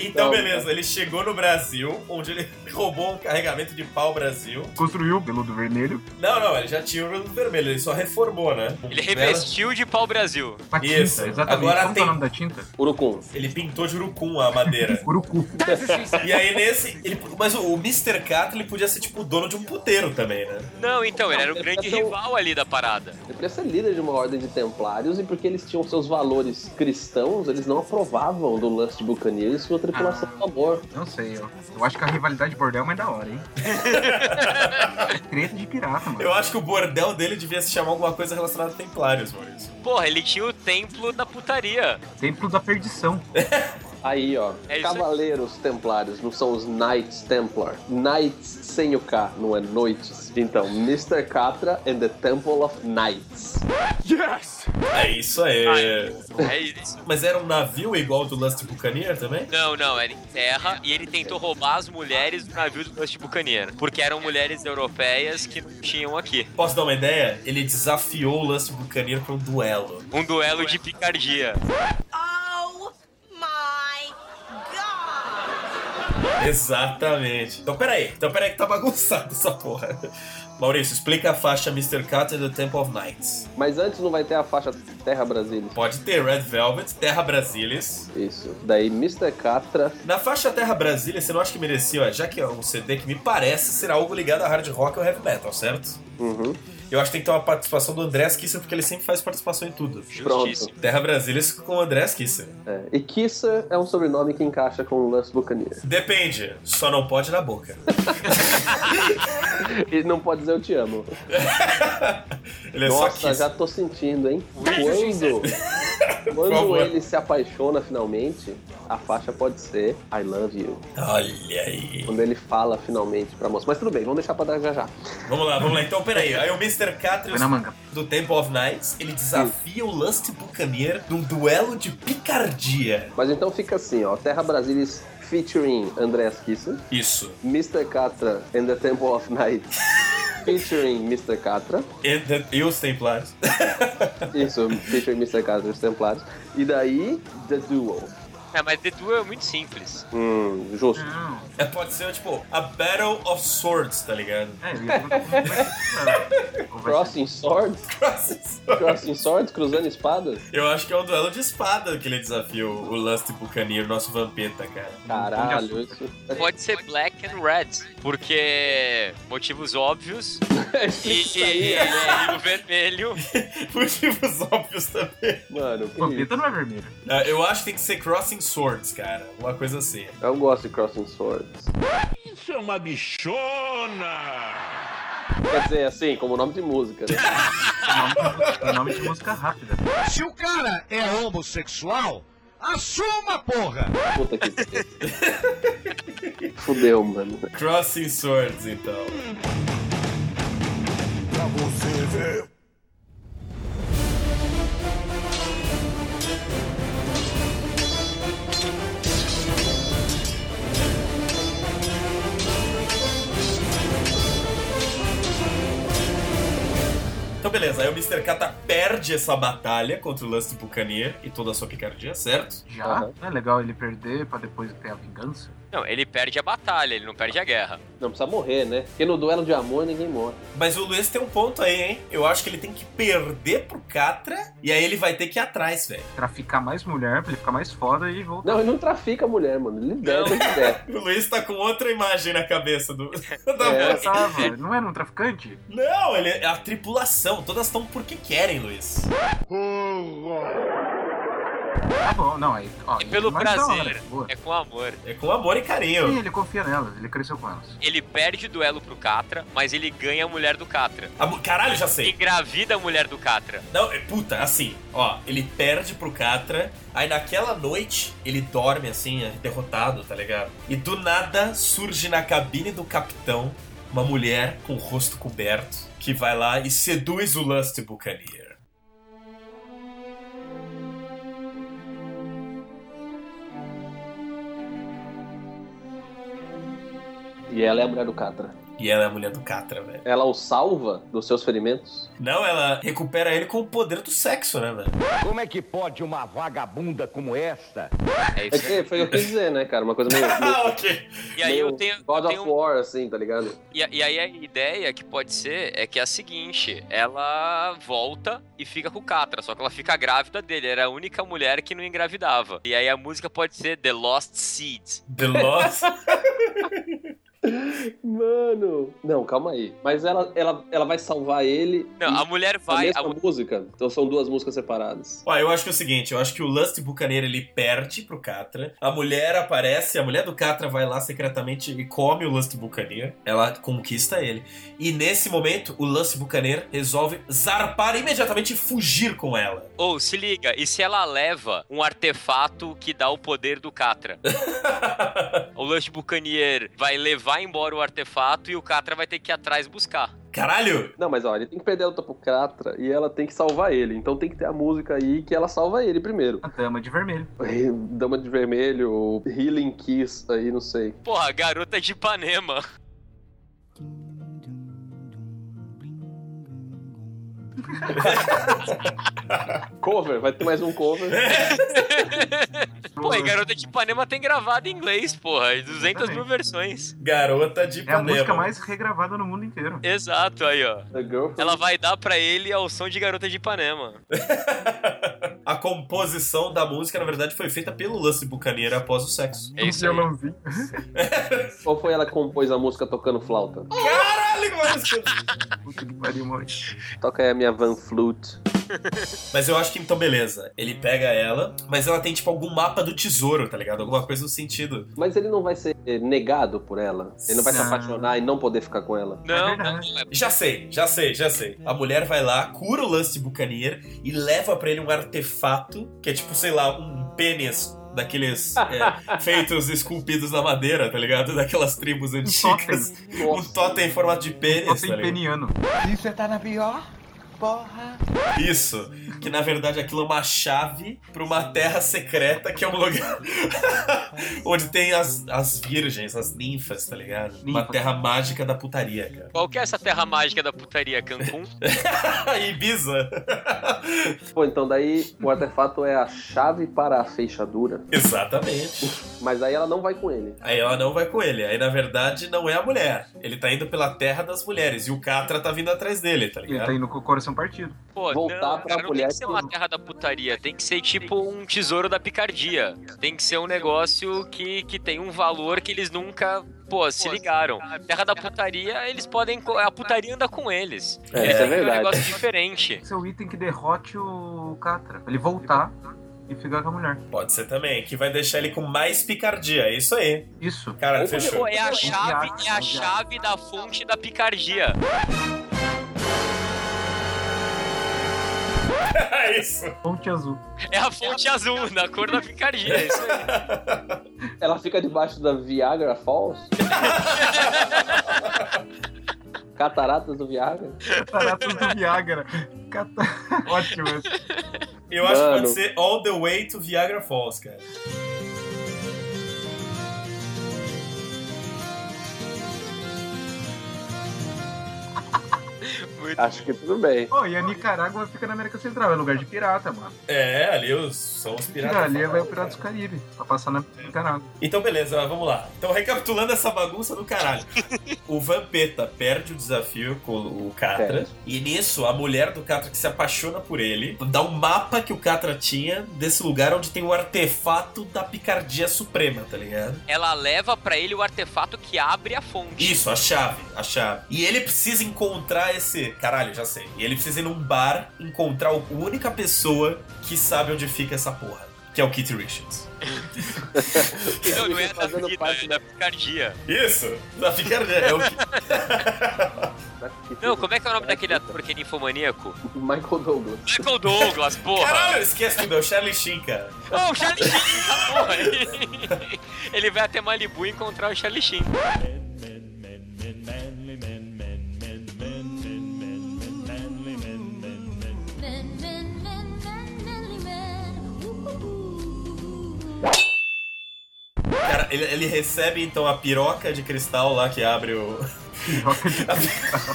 Então, beleza, ele chegou no Brasil, onde ele *laughs* roubou um carregamento de pau Brasil. Construiu o peludo vermelho. Não, não, ele já tinha o Rio vermelho, ele só reformou, né? Ele revestiu de pau Brasil. A tinta, Isso, exatamente. agora Como que tem- é o nome da tinta? Urucum. Ele pintou de urucum a *laughs* madeira. Urucu. e aí nesse. Ele, mas o, o Mr. Cat ele podia ser tipo o dono de um puteiro também, né? Não, então, ele era o Não, grande ele era o- rival ali da parada. Ele podia ser líder de uma ordem de templários e porque eles tinham seus valores cristãos, eles não aprovavam do lance de Buccaneers e sua Ah. tripulação do amor. Não sei, ó. Eu acho que a rivalidade de bordel é mais da hora, hein? Treta de pirata, mano. Eu acho que o bordel dele devia se chamar alguma coisa relacionada a Templários, Maurício. Porra, ele tinha o templo da putaria. Templo da perdição. Aí, ó. É isso aí. Cavaleiros Templários, não são os Knights Templar. Knights sem o K, não é noites. Então, Mr. Catra and the Temple of Knights. Yes! É isso aí. É isso. Mas era um navio igual ao do Lance Buccaneer também? Não, não, era em terra e ele tentou roubar as mulheres do navio do Dust Buccaneer, porque eram mulheres europeias que não tinham aqui. Posso dar uma ideia? Ele desafiou o Lance Buccaneer pra um duelo. Um duelo de picardia. Exatamente. Então peraí, então peraí que tá bagunçado essa porra. Maurício, explica a faixa Mr. Cat and the Temple of Knights. Mas antes não vai ter a faixa Terra Brasília. Pode ter Red Velvet, Terra Brasilis. Isso. Daí Mr. Catra. Na faixa Terra Brasília, você não acha que merecia, ó, já que é um CD que me parece ser algo ligado a hard rock ou heavy metal, certo? Uhum. Eu acho que tem que ter uma participação do André Kisser, porque ele sempre faz participação em tudo. Justíssimo. Terra Brasília com o André Kisser. É. E Kisser é um sobrenome que encaixa com o Lance Buccaneer. Depende, só não pode na boca. Ele não pode dizer eu te amo. Ele é só Nossa, Kisser. já tô sentindo, hein? Wilson. Por Quando, quando favor. ele se apaixona finalmente, a faixa pode ser I love you. Olha aí. Quando ele fala finalmente pra moça. Mas tudo bem, vamos deixar pra trás já já. Vamos lá, vamos lá. Então, peraí. Aí o Mr. Foi Catrius na manga. do Temple of Knights, ele desafia o Lance Buccaneer num duelo de picardia. Mas então fica assim, ó. Terra Brasilis featuring Andreas Kisser. Isso. Mr. Catra and the Temple of *laughs* Night featuring Mr. Catra. E, e os Templários. Isso, featuring Mr. Catra e os Templários. E daí, The Duel. É, mas The Duel é muito simples. Hum, justo. É, *laughs* pode ser, tipo, a Battle of Swords, tá ligado? *laughs* É, eu ia perguntar como vai ser isso, mano. Crossing Swords? Crossing Swords? Cruzando espadas? Eu acho que é um duelo de espada que ele desafia o o Lance Buccaneer, nosso vampeta, cara. Caralho, isso. *laughs* Pode ser Black and Red, porque motivos óbvios e, Isso e- aí, é. e o vermelho. *laughs* Motivos óbvios também. Mano, O que isso. Vampeta não é vermelho. Ah, Eu acho que tem que ser Crossing Swords, cara. Uma coisa assim. Eu gosto de Crossing Swords. Isso é uma bichona! Quer dizer, assim, como nome de música, né? É nome, é nome de música rápida. Se o cara é homossexual, assuma, porra! Puta que pariu. Fudeu, mano. Crossing Swords, então. Pra você ver. Então beleza, aí o Mr. Kata perde essa batalha contra o Lance Buccaneer e toda a sua picardia, certo? Já? Aham. Não é legal ele perder pra depois ter a vingança? Não, ele perde a batalha, ele não perde a guerra. Não precisa morrer, né? Porque no duelo de amor ninguém morre. Mas o Luiz tem um ponto aí, hein? Eu acho que ele tem que perder pro Catra e aí ele vai ter que ir atrás, velho. Traficar mais mulher pra ele ficar mais foda e voltar. Não, ele não trafica a mulher, mano. Ele deve, ele deve. O Luiz tá com outra imagem na cabeça do. *laughs* da É. moça. Não, tava, não era um traficante? Não, ele é a tripulação. Todas estão porque querem, Luiz. Tá bom, não, aí. Ó, É pelo mais da hora, prazer, boa. é com amor. É com amor e Sim, carinho. ele confia nelas, ele cresceu com elas. Ele perde o duelo pro Catra, mas ele ganha a mulher do Catra. A mu- Caralho, já sei. Engravida a mulher do Catra. Não, é- puta, assim, ó, ele perde pro Catra, aí naquela noite ele dorme assim, é, derrotado, tá ligado? E do nada surge na cabine do capitão uma mulher com o rosto coberto que vai lá e seduz o Lust Buccaneer. E ela é a mulher do Catra. E ela é a mulher do Catra, velho. Ela o salva dos seus ferimentos? Não, ela recupera ele com o poder do sexo, né, velho? Como é que pode uma vagabunda como essa? É, que foi o que eu quis dizer, né, cara? Uma coisa meio. *laughs* Ah, ok. E aí meio eu tenho- God eu of tenho- um War, assim, tá ligado? E, a- e aí a ideia que pode ser é que é a seguinte: ela volta e fica com o Catra, só que ela fica grávida dele, era a única mulher que não engravidava. E aí a música pode ser The Lost Seeds. The Lost? Mano. Não, calma aí. Mas ela, ela, ela vai salvar ele. Não, a mulher A vai. mesma música? Então são duas músicas separadas. Ó, eu acho que é o seguinte, eu acho que o Lust Bucaneiro ele perde pro Catra. A mulher aparece, a mulher do Catra vai lá secretamente e come o Lust Bucaneiro. Ela conquista ele. E nesse momento, o Lust Bucaneiro resolve zarpar imediatamente e fugir com ela. Ou se liga, e se ela leva um artefato que dá o poder do Catra? o Lush Bucanier vai levar embora o artefato e o Catra vai ter que ir atrás buscar. Caralho! Não, mas ó, ele tem que perder o topo Catra e ela tem que salvar ele. Então tem que ter a música aí que ela salva ele primeiro. *laughs* A dama de vermelho. Dama de vermelho, ou Healing Kiss aí, não sei. Porra, garota de Ipanema. cover, vai ter mais um cover. *laughs* É Pô, e garota de Ipanema tem gravado em inglês, porra. e 200 mil versões. Garota de É a Ipanema. música mais regravada no mundo inteiro. Exato, aí, ó. The girl Ela vai dar pra ele ao som de Garota de Ipanema. A composição da música, na verdade, foi feita pelo Lance Bucaneiro após o sexo. É isso aí. Violãozinho. Ou foi ela que compôs a música tocando flauta? Caralho, que maravilha. *laughs* Puta que pariu, mano. Toca aí a minha Van Flute. Mas eu acho que então beleza. Ele pega ela, mas ela tem tipo algum mapa do tesouro, tá ligado? Alguma coisa no sentido. Mas ele não vai ser eh, negado por ela? Ele não vai se Não. apaixonar e não poder ficar com ela? Não, não, verdade. é Já sei, já sei, já sei. A mulher vai lá, cura o lance de Buccaneer e leva pra ele um artefato que é tipo, sei lá, um pênis daqueles é, feitos esculpidos na madeira, tá ligado? Daquelas tribos antigas. Um Nossa. totem em formato de pênis, tá Totem ligado? peniano. E você tá na pior? Porra! Isso. Que na verdade aquilo é uma chave pra uma terra secreta que é um lugar *laughs* onde tem as, as virgens, as ninfas, tá ligado? Uma Ninfas. terra mágica da putaria, cara. *laughs* Qual que é essa terra mágica da putaria, Cancún? Ibiza. Pô, então daí o artefato é a chave para a fechadura. Exatamente. Mas aí ela não vai com ele. Aí ela não vai com ele. Aí na verdade não é a mulher. Ele tá indo pela terra das mulheres e o Catra tá vindo atrás dele, tá Ele tá ligado? indo com o coração partido. Pô, Voltar não, cara, pra não tem mulher que ser uma que- terra da putaria, tem que ser tipo um tesouro da picardia. Tem que ser um negócio que, que tem um valor que eles nunca, pô, se ligaram. Terra da putaria, eles podem. co- A putaria anda com eles. É, eles isso é têm um verdade. negócio diferente. Esse é o item que derrote o Catra. Pra Ele voltar e ficar com a mulher. É, Pode ser também, que vai deixar ele com mais picardia. É isso aí. Isso. Cara, Opa, fechou. Pô, é a chave, é a Viagem. chave da fonte da picardia. *laughs* É isso. Ponte azul. *laughs* É a fonte azul, na cor da picardia. é Isso aí. Ela fica debaixo da Viagra *laughs* Falls? Cataratas do Viagra? Cataratas do Viagra. Cata... *laughs* Ótimo. esse. Eu acho que Mano. pode ser All the Way to Viagra Falls, cara. Muito Acho que tudo bem. Oh, e a Nicarágua fica na América Central. É lugar de pirata, mano. É, ali os, são os piratas. Tira ali, vai o famosos, Piratas do Caribe. Pra passar na Nicarágua. *laughs* Então, beleza, mas vamos lá. Então, recapitulando essa bagunça do caralho. o Vampeta perde o desafio com o Catra. Perde. E nisso, a mulher do Catra que se apaixona por ele dá um mapa que o Catra tinha desse lugar onde tem o artefato da picardia suprema, tá ligado? Ela leva pra ele o artefato que abre a fonte. Isso, a chave, a chave. E ele precisa encontrar esse. Caralho, já sei. E ele precisa ir num bar encontrar a única pessoa que sabe onde fica essa porra. Que é o Keith Richards. Não, não é da Fazendo vida, parte é da picardia. Isso! Da picardia. É o Não, como é que é o nome daquele ator que é ninfomaníaco? tipo Michael Douglas. Michael Douglas, porra! Caralho, esquece tudo, é o Charlie Sheen, cara. Ô, o Charlie Sheen, tá, porra! Ele- *laughs* Ele vai até Malibu encontrar o Charlie Sheen. Men, men, men, men, manly men. Ooh, ooh, ooh. Cara, ele, ele recebe então a piroca de cristal lá que abre o. *laughs* Piroca de cristal.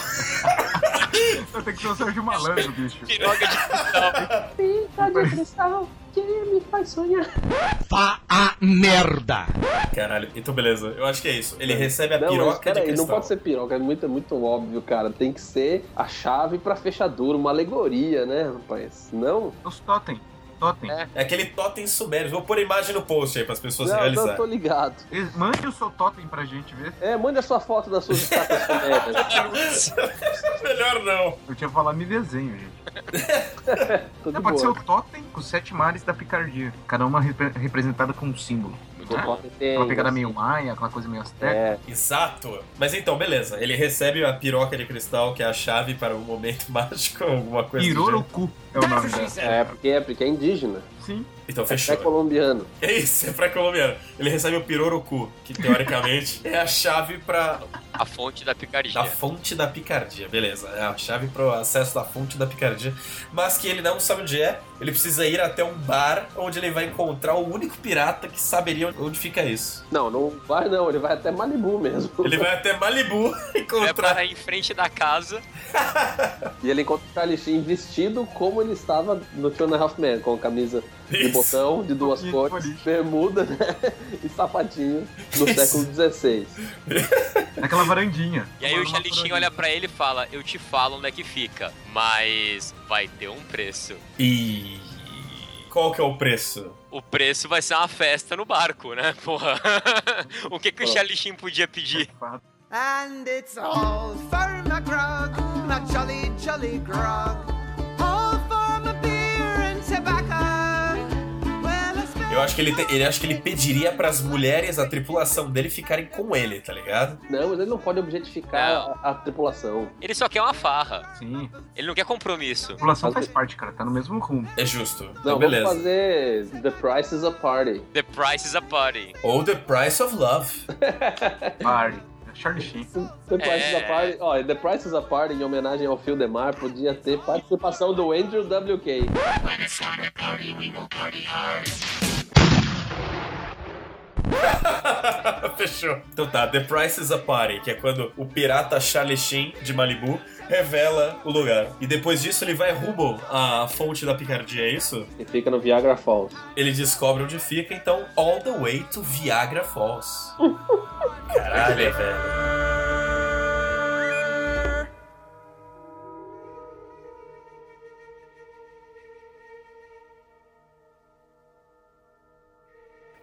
Tem que ser o Sérgio Malandro, bicho. Piroca de *laughs* cristal. Pinta de cristal que me faz sonhar. Vá a merda! Caralho, então beleza, eu acho que é isso. Ele recebe a Não, mas piroca de peraí, cristal. Não pode ser piroca, é muito, é muito óbvio, cara. Tem que ser a chave pra fechadura, uma alegoria, né, rapaz? Não? Os totem. Totem. É. aquele totem sumério. Vou pôr a imagem no post aí pras pessoas Não, realizarem. não, tô ligado. Mande o seu totem pra gente ver. É, manda a sua foto das suas estacas *laughs* sumérias. *laughs* Melhor não. Eu tinha falado, me desenho, gente. Tudo É, pode boa. ser o totem com os sete mares da picardia. Cada uma repre- representada com um símbolo. bom. Ah. Né? Totem É tem, Aquela pegada assim. meio maia, aquela coisa meio asteca. Exato. Mas então, beleza. Ele recebe a piroca de cristal, que é a chave para um momento *laughs* mágico, alguma coisa Pirorucu é o nome *laughs* dela. É, porque é, porque é indígena. Sim. Então fechou. É colombiano. É isso, é pra colombiano. Ele recebe o Piroroku, que teoricamente *laughs* é a chave pra. A fonte da picardia. A fonte da picardia, beleza. É a chave pro acesso da fonte da picardia. Mas que ele não sabe onde é, ele precisa ir até um bar onde ele vai encontrar o único pirata que saberia onde fica isso. Não, não vai não, ele vai até Malibu mesmo. Ele vai até Malibu *laughs* É Vai parar em frente da casa. E ele encontra o Charlie Sheen vestido como ele estava no Two and a Half Men, com camisa de Isso. botão, de duas cores, bermuda, né? *laughs* E sapatinho no século XVI. Naquela varandinha. E aí o Xalixinho olha pra ele e fala: Eu te falo onde é que fica, mas vai ter um preço. E. Qual que é o preço? O preço vai ser uma festa no barco, né? Porra. *laughs* o que, que o Xalixinho podia pedir? É, And it's all for my grog, my jolly, jolly grog. All for my beer and tobacco. Well, I spent Eu acho que ele, te- ele acho que ele pediria pras mulheres a tripulação dele ficarem com ele, tá ligado? Não, mas ele não pode objetificar a, a tripulação. Ele só quer uma farra. Sim. Ele não quer compromisso. população faz parte, cara. Tá no mesmo rumo. É justo. Não, vamos fazer The Price is a Party. The Price is a Party. Ou The Price of Love. Party. Charlie Sheen. The Price is É. a Party, ó, The Price is a Party em homenagem ao Phil DeMar podia ter participação do Andrew WK. *laughs* Fechou. Então tá, The Price is a Party, que é quando o pirata Charlie Sheen, de Malibu, revela o lugar. E depois disso ele vai rumo à fonte da picardia, é isso? E fica no Viagra Falls. Ele descobre onde fica, então, all the way to Viagra Falls. Caralho, velho.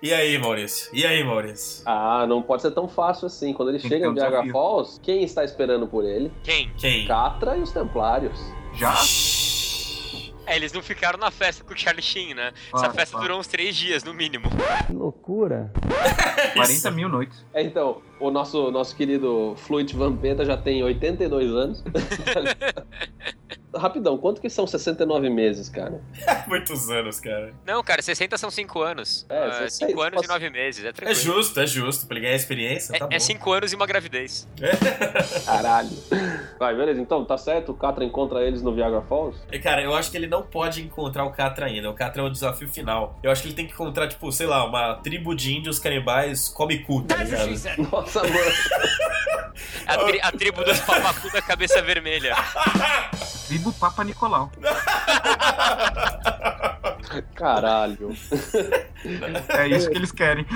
E aí, Maurício? E aí, Maurício? Ah, não pode ser tão fácil assim. Quando ele Tem que chega ter em um Viagra desafio. Falls, quem está esperando por ele? Quem? Quem? Catra e os Templários. Já? É, eles não ficaram na festa com o Charlie Sheen, né? Claro, Essa festa claro. durou uns três dias, no mínimo. Loucura. 40 mil noites. É, então, o nosso, nosso querido Fluid Vampeta já tem 82 anos. *laughs* Rapidão, quanto que são 69 meses, cara? *laughs* Muitos anos, cara. Não, cara, 60 são 5 anos. É, 5 anos e 9 meses, é É tranquilo. justo, é justo. Pra ele ganhar experiência, tá bom. É 5 anos e uma gravidez. Caralho. Vai, beleza. Então, tá certo? O Catra encontra eles no Viagra Falls? *laughs* E, Cara, eu acho que ele não pode encontrar o Catra ainda. O Catra é o desafio final. Eu acho que ele tem que encontrar, tipo, sei lá, uma tribo de índios canibais come cu, tá ligado? Nossa, mano. A, tri- a tribo dos papacu da cabeça vermelha. Tribo Papa Nicolau. Caralho. É isso que eles *laughs* querem.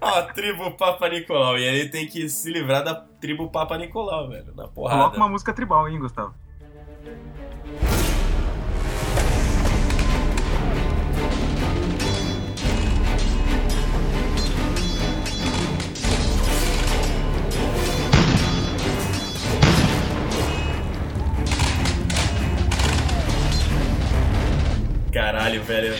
Ó, a tribo Papa Nicolau. E ele tem que se livrar da tribo Papa Nicolau, velho. Na porrada. Coloca uma música tribal, hein, Gustavo? Caralho, velho.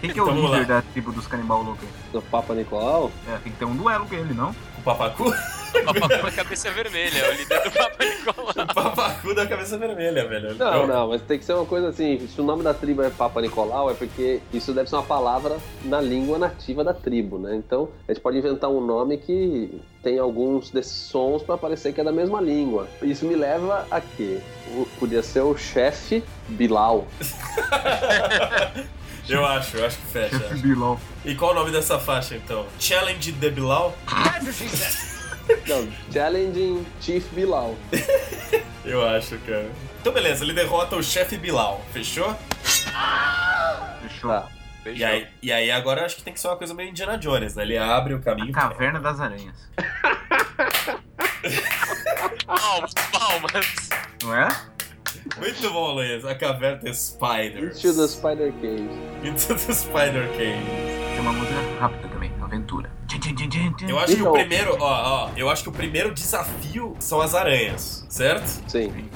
Quem que é o Então, vamos líder da tribo dos canibal loucos? Do Papa Nicolau? É, tem que ter um duelo com ele, não? *laughs* O Papacu? O papacu da cabeça vermelha, é o líder do Papa Nicolau. O papacu da cabeça vermelha, velho. Não, não, mas tem que ser uma coisa assim. Se o nome da tribo é Papa Nicolau, é porque isso deve ser uma palavra na língua nativa da tribo, né? Então, a gente pode inventar um nome que tem alguns desses sons pra parecer que é da mesma língua. Isso me leva a quê? O- Podia ser o chefe *laughs* Bilal. Eu acho, eu acho que fecha. Bilal. E qual o nome dessa faixa, então? Challenge de Bilal? Não, challenging Chief Bilal. Eu acho, cara. Então beleza, ele derrota o chefe Bilal, fechou? Fechou. Ah, E aí, e aí agora acho que tem que ser uma coisa meio Indiana Jones, né? Ele abre o caminho. Caverna das Aranhas. palmas, palmas. Não é? Muito bom, Luiz. A caverna dos Spiders. Into the Spider Cave. Into the Spider Cave. Tem uma música rápida também, aventura. Tchim, tchim, tchim, tchim, tchim. Eu acho Então. que o primeiro, ó, ó, eu acho que o primeiro desafio são as aranhas, certo? Sim.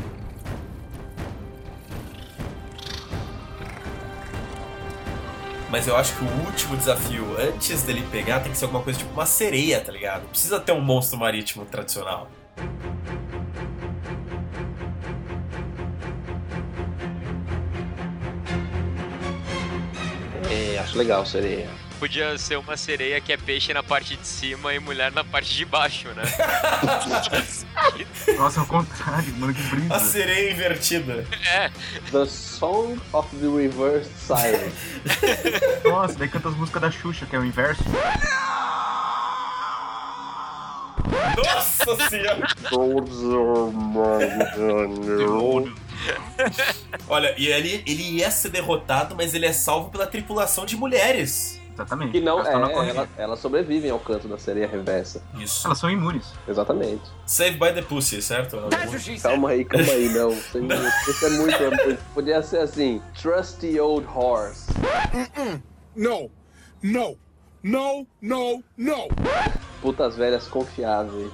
Mas eu acho que o último desafio, antes dele pegar, tem que ser alguma coisa tipo uma sereia, tá ligado? Não Precisa ter um monstro marítimo tradicional. É, acho legal seria. Podia ser uma sereia que é peixe na parte de cima e mulher na parte de baixo, né? Nossa, ao contrário, mano, que brisa. Uhum. A sereia invertida. É. The Song of the Reversed *laughs* Silence. Nossa, daí canta as músicas da Xuxa, que é o inverso. Nossa senhora! Olha, e ele, ele ia ser derrotado, mas ele é salvo pela tripulação de mulheres. Exatamente. Que não, Elas tão na é, corrente. ela, elas sobrevivem ao canto da sereia reversa. Isso. Elas são imunes. Exatamente. Save by the Pussy, certo? Tá, Calma aí, calma aí, não. Isso é muito- Isso é muito. é muito- Podia ser assim: Trusty Old Horse. Uh-uh. No, no, no, no, no. Putas velhas confiáveis.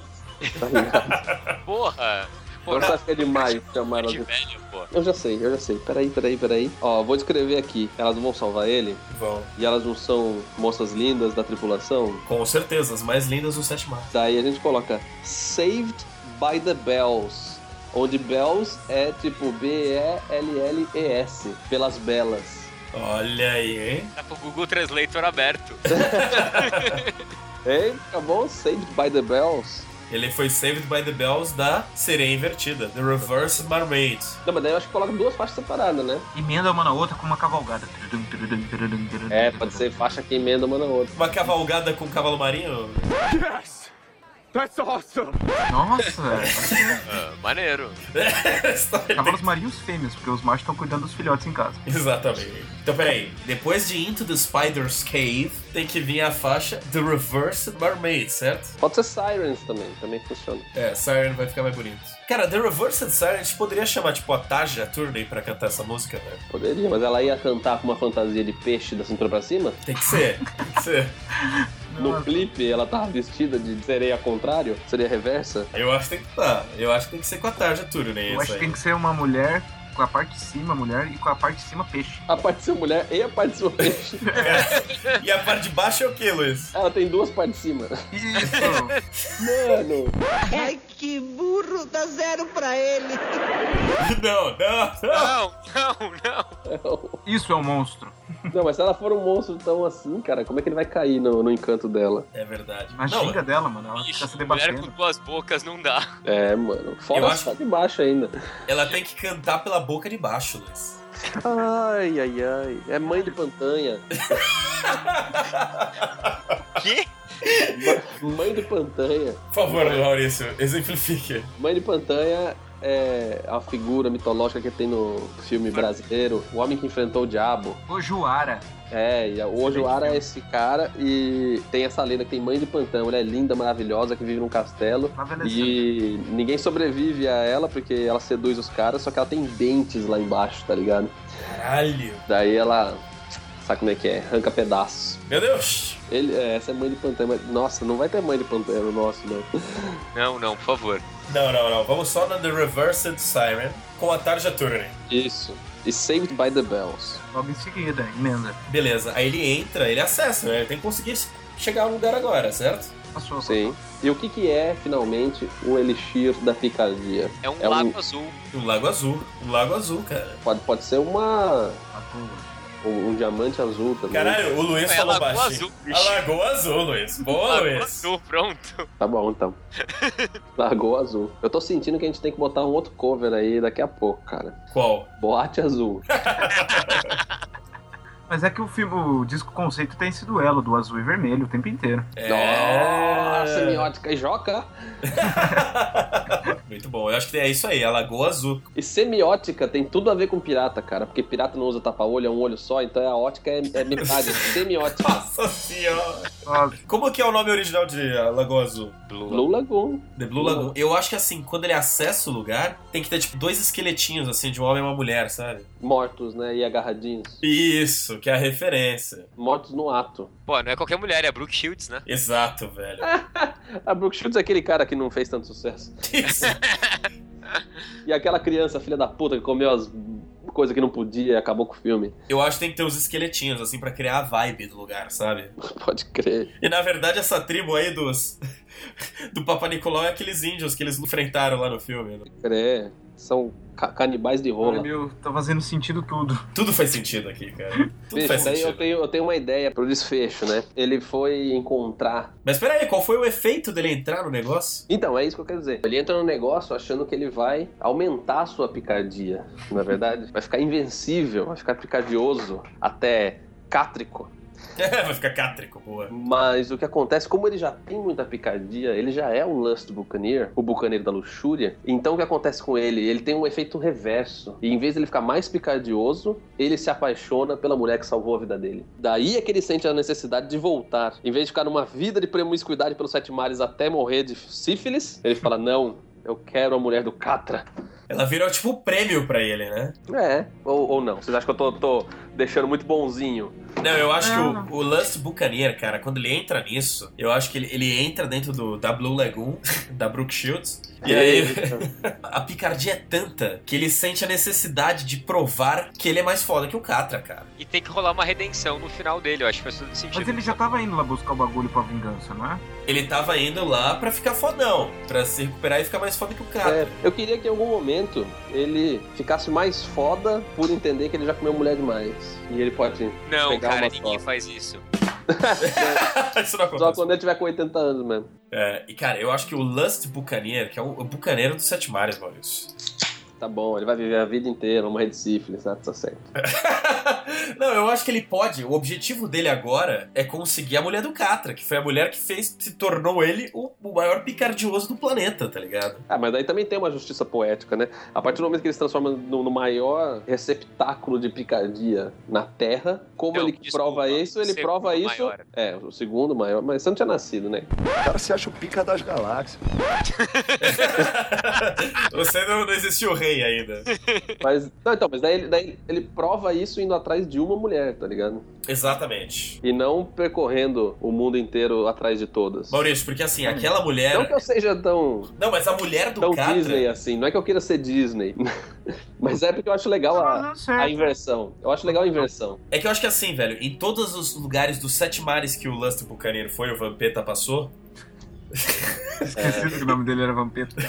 Tá ligado? Porra! Eu acho que é demais chamar elas de de. velho, pô. Eu já sei, eu já sei. Peraí, peraí, peraí. Ó, vou descrever aqui. Elas vão salvar ele? Vão. E elas não são moças lindas da tripulação? Com certeza, as mais lindas do sétimo mar. Daí a gente coloca Saved by the Bells. Onde Bells é tipo B-E-L-L-E-S. Pelas belas. Olha aí, hein? Tá com o Google Translator aberto. Ei, tá bom? Saved by the Bells. Ele foi saved by the bells da sereia invertida, The Reverse Mermaid. Não, mas daí eu acho que coloca duas faixas separadas, né? Emenda uma na outra com uma cavalgada. Tudum, tudum, tudum, tudum, É, tudum. pode ser faixa que emenda uma na outra. Uma cavalgada com um cavalo marinho? *laughs* That's awesome. Nossa, é. velho. Ah, maneiro. Story Cavalos marinhos fêmeas, porque os machos estão cuidando dos filhotes em casa. Exatamente. Então peraí, depois de Into the Spider's Cave, tem que vir a faixa The Reverse Mermaid, certo? Pode ser Sirens também, também funciona. É, Siren vai ficar mais bonito. Cara, The Reverse Siren, a gente poderia chamar tipo a Taja Turney pra cantar essa música, né? velho? Poderia, mas ela ia cantar com uma fantasia de peixe da cintura pra cima. Tem que ser, tem que ser. No clipe ela tava vestida de sereia ao contrário, sereia reversa. Eu acho que tem que tá. Eu acho que tem que ser com a Taja Turney Eu acho isso que tem aí. que ser uma mulher com a parte de cima mulher e com a parte de cima peixe. A parte de ser mulher e a parte de ser peixe. *laughs* E a parte de baixo é o que, *laughs* Luiz? Ela tem duas partes de cima. Isso! *laughs* Mano, Ai, que burro, dá zero pra ele. Não, não, não. *laughs* Não, não, não. Isso é um monstro. não, mas se ela for um monstro tão assim, cara, como é que ele vai cair no, no encanto dela? É verdade. Na Não, ginga dela, mano, ela fica se Mulher com debatendo. duas bocas não dá. É, mano. Eu Fora acho- só de baixo ainda. ela tem que cantar pela boca de baixo, Luiz. Ai, ai, ai. É mãe *laughs* de pantanha. Que? Ma- mãe de pantanha. Por favor, Maurício, exemplifique. Mãe de Pantanha é a figura mitológica que tem no filme brasileiro, O Homem que Enfrentou o Diabo. Ojuara. É, e hoje o Ara é esse cara e tem essa lenda que tem Mãe de Pantanha, mulher linda, maravilhosa, que vive num castelo. Tá Novelescente. E ninguém sobrevive a ela porque ela seduz os caras, só que ela tem dentes lá embaixo, tá ligado? Caralho. Daí ela. Sabe como é que é? Arranca pedaços. Meu Deus. Ele, é, essa é mãe de pantanha. mas- Nossa, não vai ter mãe de pantanha no nosso, não. Não, não, por favor. Não, não, não. Vamos só na The Reversed Siren com a Tarja Turner. Isso. E Saved by the Bells. Logo em seguida, emenda. Beleza, aí ele entra, ele acessa, né? Ele tem que conseguir chegar a um lugar agora, certo? Passou. Sim. E o que, que é, finalmente, o Elixir da Picardia? É um É um- lago azul. Um lago azul. Um lago azul, cara. Pode, pode ser uma. A tua. um, um diamante azul também. Caralho, o Luiz É a falou Lagoa baixinho. Azul, a bicho. Lagoa Azul, Luiz. Boa, Lago Luiz. um azul, pronto. Tá *laughs* bom, então. Lagoa azul. Eu tô sentindo que a gente tem que botar um outro cover aí daqui a pouco, cara. Qual? Boate azul. Mas é que o filme, o disco conceito tem esse duelo do azul e vermelho o tempo inteiro. É. Nossa, semiótica e joca. Muito bom, eu acho que é isso aí, a Lagoa Azul. *laughs* E semiótica tem tudo a ver com pirata, cara, porque pirata não usa tapa-olho, é um olho só, então a ótica é, é *laughs* metade, é semiótica. Nossa senhora! Como que é o nome original de ah, Lagoa Azul? Blue, Lagoon. The Blue Lagoon. Eu acho que assim, quando ele acessa o lugar, tem que ter tipo dois esqueletinhos, assim, de um homem e uma mulher, sabe? Mortos, né, e agarradinhos. Isso, que é a referência. Mortos no ato. Pô, não é qualquer mulher, é a Brooke Shields, né? Exato, velho. A Brooke Shields é aquele cara que não fez tanto sucesso. Isso. E aquela criança, filha da puta, que comeu as coisas que não podia e acabou com o filme. *laughs* Eu acho que tem que ter os esqueletinhos, assim, pra criar a vibe do lugar, sabe? Pode crer. E na verdade, essa tribo aí dos. *laughs* Do Papa Nicolau é aqueles índios que eles enfrentaram lá no filme. né? Crer. São ca- canibais de rola. Olha, meu, tá fazendo sentido tudo. Tudo faz sentido aqui, cara. Tudo Bicho, faz daí sentido. eu tenho, eu tenho uma ideia pro desfecho, né? Ele foi encontrar. Mas peraí, qual foi o efeito dele entrar no negócio? *laughs* Então, é isso que eu quero dizer. Ele entra no negócio achando que ele vai aumentar a sua picardia, na verdade. Vai ficar invencível, vai ficar picardioso, até cátrico. Vai ficar cátrico, boa. Mas o que acontece, como ele já tem muita picardia, ele já é um Lust Buccaneer, o bucaneiro da luxúria. Então o que acontece com ele? Ele tem um efeito reverso. E em vez de ele ficar mais picardioso, ele se apaixona pela mulher que salvou a vida dele. Daí é que ele sente a necessidade de voltar. Em vez de ficar numa vida de promiscuidade pelos sete mares até morrer de sífilis, ele fala: Não, eu quero a mulher do Catra. Ela virou tipo um prêmio pra ele, né? É, ou, ou não. Vocês acham que eu tô, tô deixando muito bonzinho? Não, eu acho que o, o Lance Buccaneer, cara, quando ele entra nisso, eu acho que ele, ele entra dentro do, da Blue Lagoon, *laughs* da Brook Shields, e É aí a picardia é tanta que ele sente a necessidade de provar que ele é mais foda que o Catra, cara. E tem que rolar uma redenção no final dele, eu acho que faz todo sentido. Mas ele já tava indo lá buscar o bagulho pra vingança, não é? Ele tava indo lá pra ficar fodão, pra se recuperar e ficar mais foda que o Catra. Eu queria que em algum momento ele ficasse mais foda por entender que ele já comeu mulher demais. E ele pode Não, pegar cara, uma ninguém só. faz isso. *laughs* Isso não É. Só acontece. quando ele tiver com 80 anos mesmo. É, e cara, eu acho que o Lust Buccaneer, que é o, o bucaneiro dos sete mares, Maurício. *laughs* Tá bom, ele vai viver a vida inteira, vai morrer de sífilis, né? Tá certo. Não, eu acho que ele pode. O objetivo dele agora é conseguir a mulher do Catra, que foi a mulher que fez, se tornou ele o, o maior picardioso do planeta, tá ligado? *laughs* Ah, mas daí também tem uma justiça poética, né? A partir do momento que ele se transforma no, no maior receptáculo de picardia na Terra, como Não, ele que desculpa, prova isso, ele segundo prova isso. maior. É, o segundo maior, mas você não tinha nascido, né? O cara se acha o pica das galáxias. Você não, não existiu rei ainda. Mas, não, então, mas daí, ele- daí ele prova isso indo atrás de uma mulher, tá ligado? Exatamente. E não percorrendo o mundo inteiro atrás de todas. Maurício, porque assim, aquela Não que mulher. eu seja tão, Não, mas a mulher do tão Disney Catra. assim, não é que eu queira ser Disney. *laughs* Mas é porque eu acho legal a, a inversão. Eu acho legal a inversão. É que eu acho que assim, velho, em todos os lugares dos sete mares que o Lust Buccaneer foi, o Vampeta passou. Esquecido que o nome dele era Vampeta.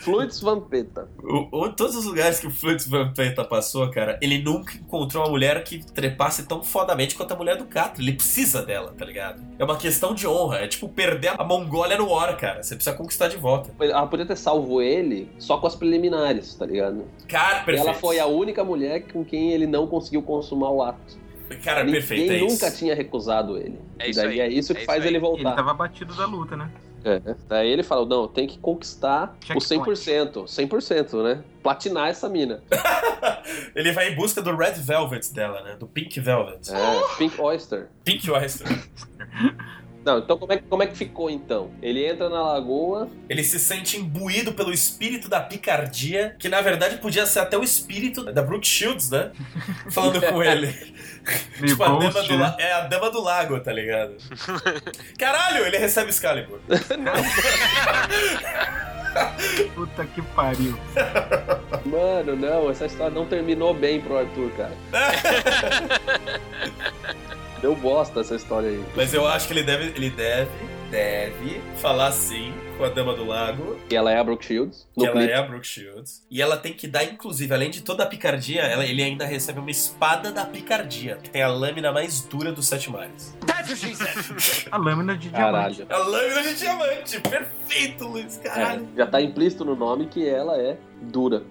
Fluids Vampeta. O, o- todos os lugares que o Flutes Vampeta passou, cara, ele nunca encontrou uma mulher que trepasse tão fodamente quanto a mulher do Cato. Ele precisa dela, tá ligado? É uma questão de honra. É tipo perder a Mongólia no War, cara. Você precisa conquistar de volta. Ela podia ter salvo ele só com as preliminares, tá ligado? Cara, E perfeito. Ela foi a única mulher com quem ele não conseguiu consumar o ato. Cara, Ninguém perfeito, é nunca isso. tá tinha recusado ele. É E isso aí, daí é isso é que isso faz aí. ele Ele voltar. tava batido da luta, né? É. Daí ele falou, não, tem que conquistar o Checkpoint. 100%, 100%, né? Platinar essa mina. Ele vai em busca do Red Velvet dela, né? Do Pink Velvet. É, Pink Oyster. Pink Oyster. Não, então como é, que- como é que ficou então? Ele entra na lagoa, Ele se sente imbuído pelo espírito da picardia, que na verdade podia ser até o espírito da Brooke Shields, *laughs* né? Falando com ele. Meio tipo, a dama ghost, do né? la- é a dama do lago, tá ligado? Caralho, ele recebe Excalibur. Puta que pariu. mano, não, essa história não terminou bem pro Arthur, cara. Deu bosta essa história aí. Mas eu acho que ele deve, ele deve, deve falar sim com a Dama do Lago. E ela é a Brooke Shields. Que No ela clipe. é a Brooke Shields. E ela tem que dar, inclusive, além de toda a picardia, ela- ele ainda recebe uma espada da picardia, que tem a lâmina mais dura dos sete mares. É A lâmina de Caralho. A lâmina de diamante! Perfeito, Luiz! Caralho! É, já tá implícito no nome que ela é dura.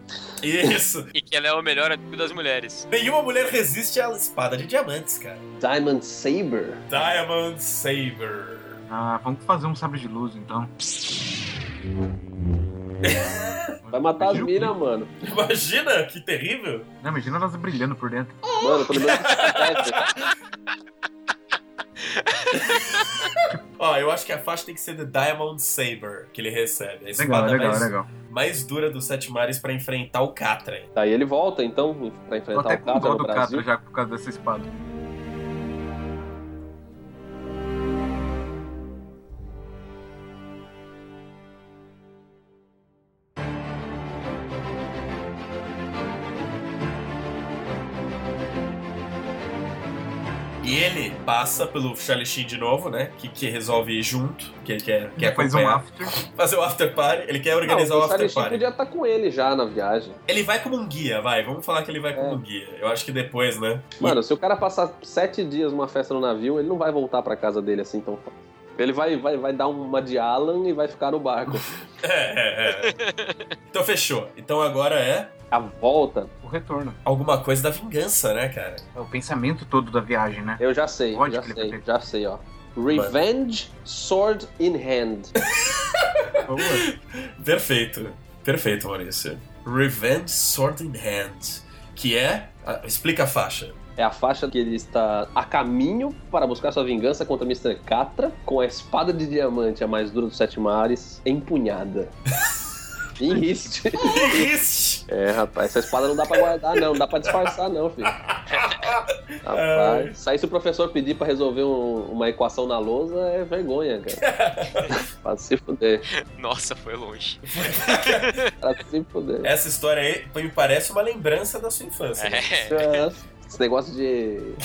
Isso! E que ela é o melhor amigo das mulheres. Nenhuma mulher resiste à espada de diamantes, cara. Diamond Saber. Diamond Saber. Ah, vamos fazer um sabre de luz então. Vai matar as minas, mano. Imagina, que terrível. Não, imagina elas brilhando por dentro. Mano, pelo menos. é Ó, eu acho que a faixa tem que ser The Diamond Saber que ele recebe. A Legal, espada legal, mais, legal. mais dura dos sete mares pra enfrentar o Catra. Tá, e ele volta então pra Tô enfrentar até o com Catra dó no do Brasil. Catra já por causa dessa espada. E ele passa pelo Shalixin de novo, né? Que, que resolve ir junto, que ele quer, quer Faz um acompanhar. Fazer o after party. Ele quer organizar o Não, o after Sarichin party. podia estar com ele já na viagem. Ele vai como um guia, vai. Vamos falar que ele vai É. como um guia. Eu acho que depois, né? *laughs* Mano, se o cara passar sete dias numa festa no navio, ele não vai voltar pra casa dele assim tão fácil. Ele vai, vai, vai dar uma de Alan e vai ficar *laughs* no barco. É, é, é. Então fechou. Então agora é A volta. O retorno. alguma coisa da vingança, né, cara? É o pensamento todo da viagem, né? Eu já sei, já sei, já sei, ó. Revenge, sword in hand. É, Perfeito. Perfeito, Maurício. Revenge Sword in Hand. Que é. ah, Explica a faixa. É a faixa que ele está a caminho para buscar sua vingança contra Mr. Catra, com a espada de diamante, a mais dura dos sete mares, *laughs* empunhada. Em riste. É, rapaz, essa espada não dá pra guardar, não. Não dá pra disfarçar, não, filho. Rapaz, sair se o professor pedir pra resolver um- uma equação na lousa é vergonha, cara. pra se fuder. Nossa, foi longe. Pra se fuder. Essa história aí me parece uma lembrança da sua *laughs* infância. né? É, Esse negócio de. E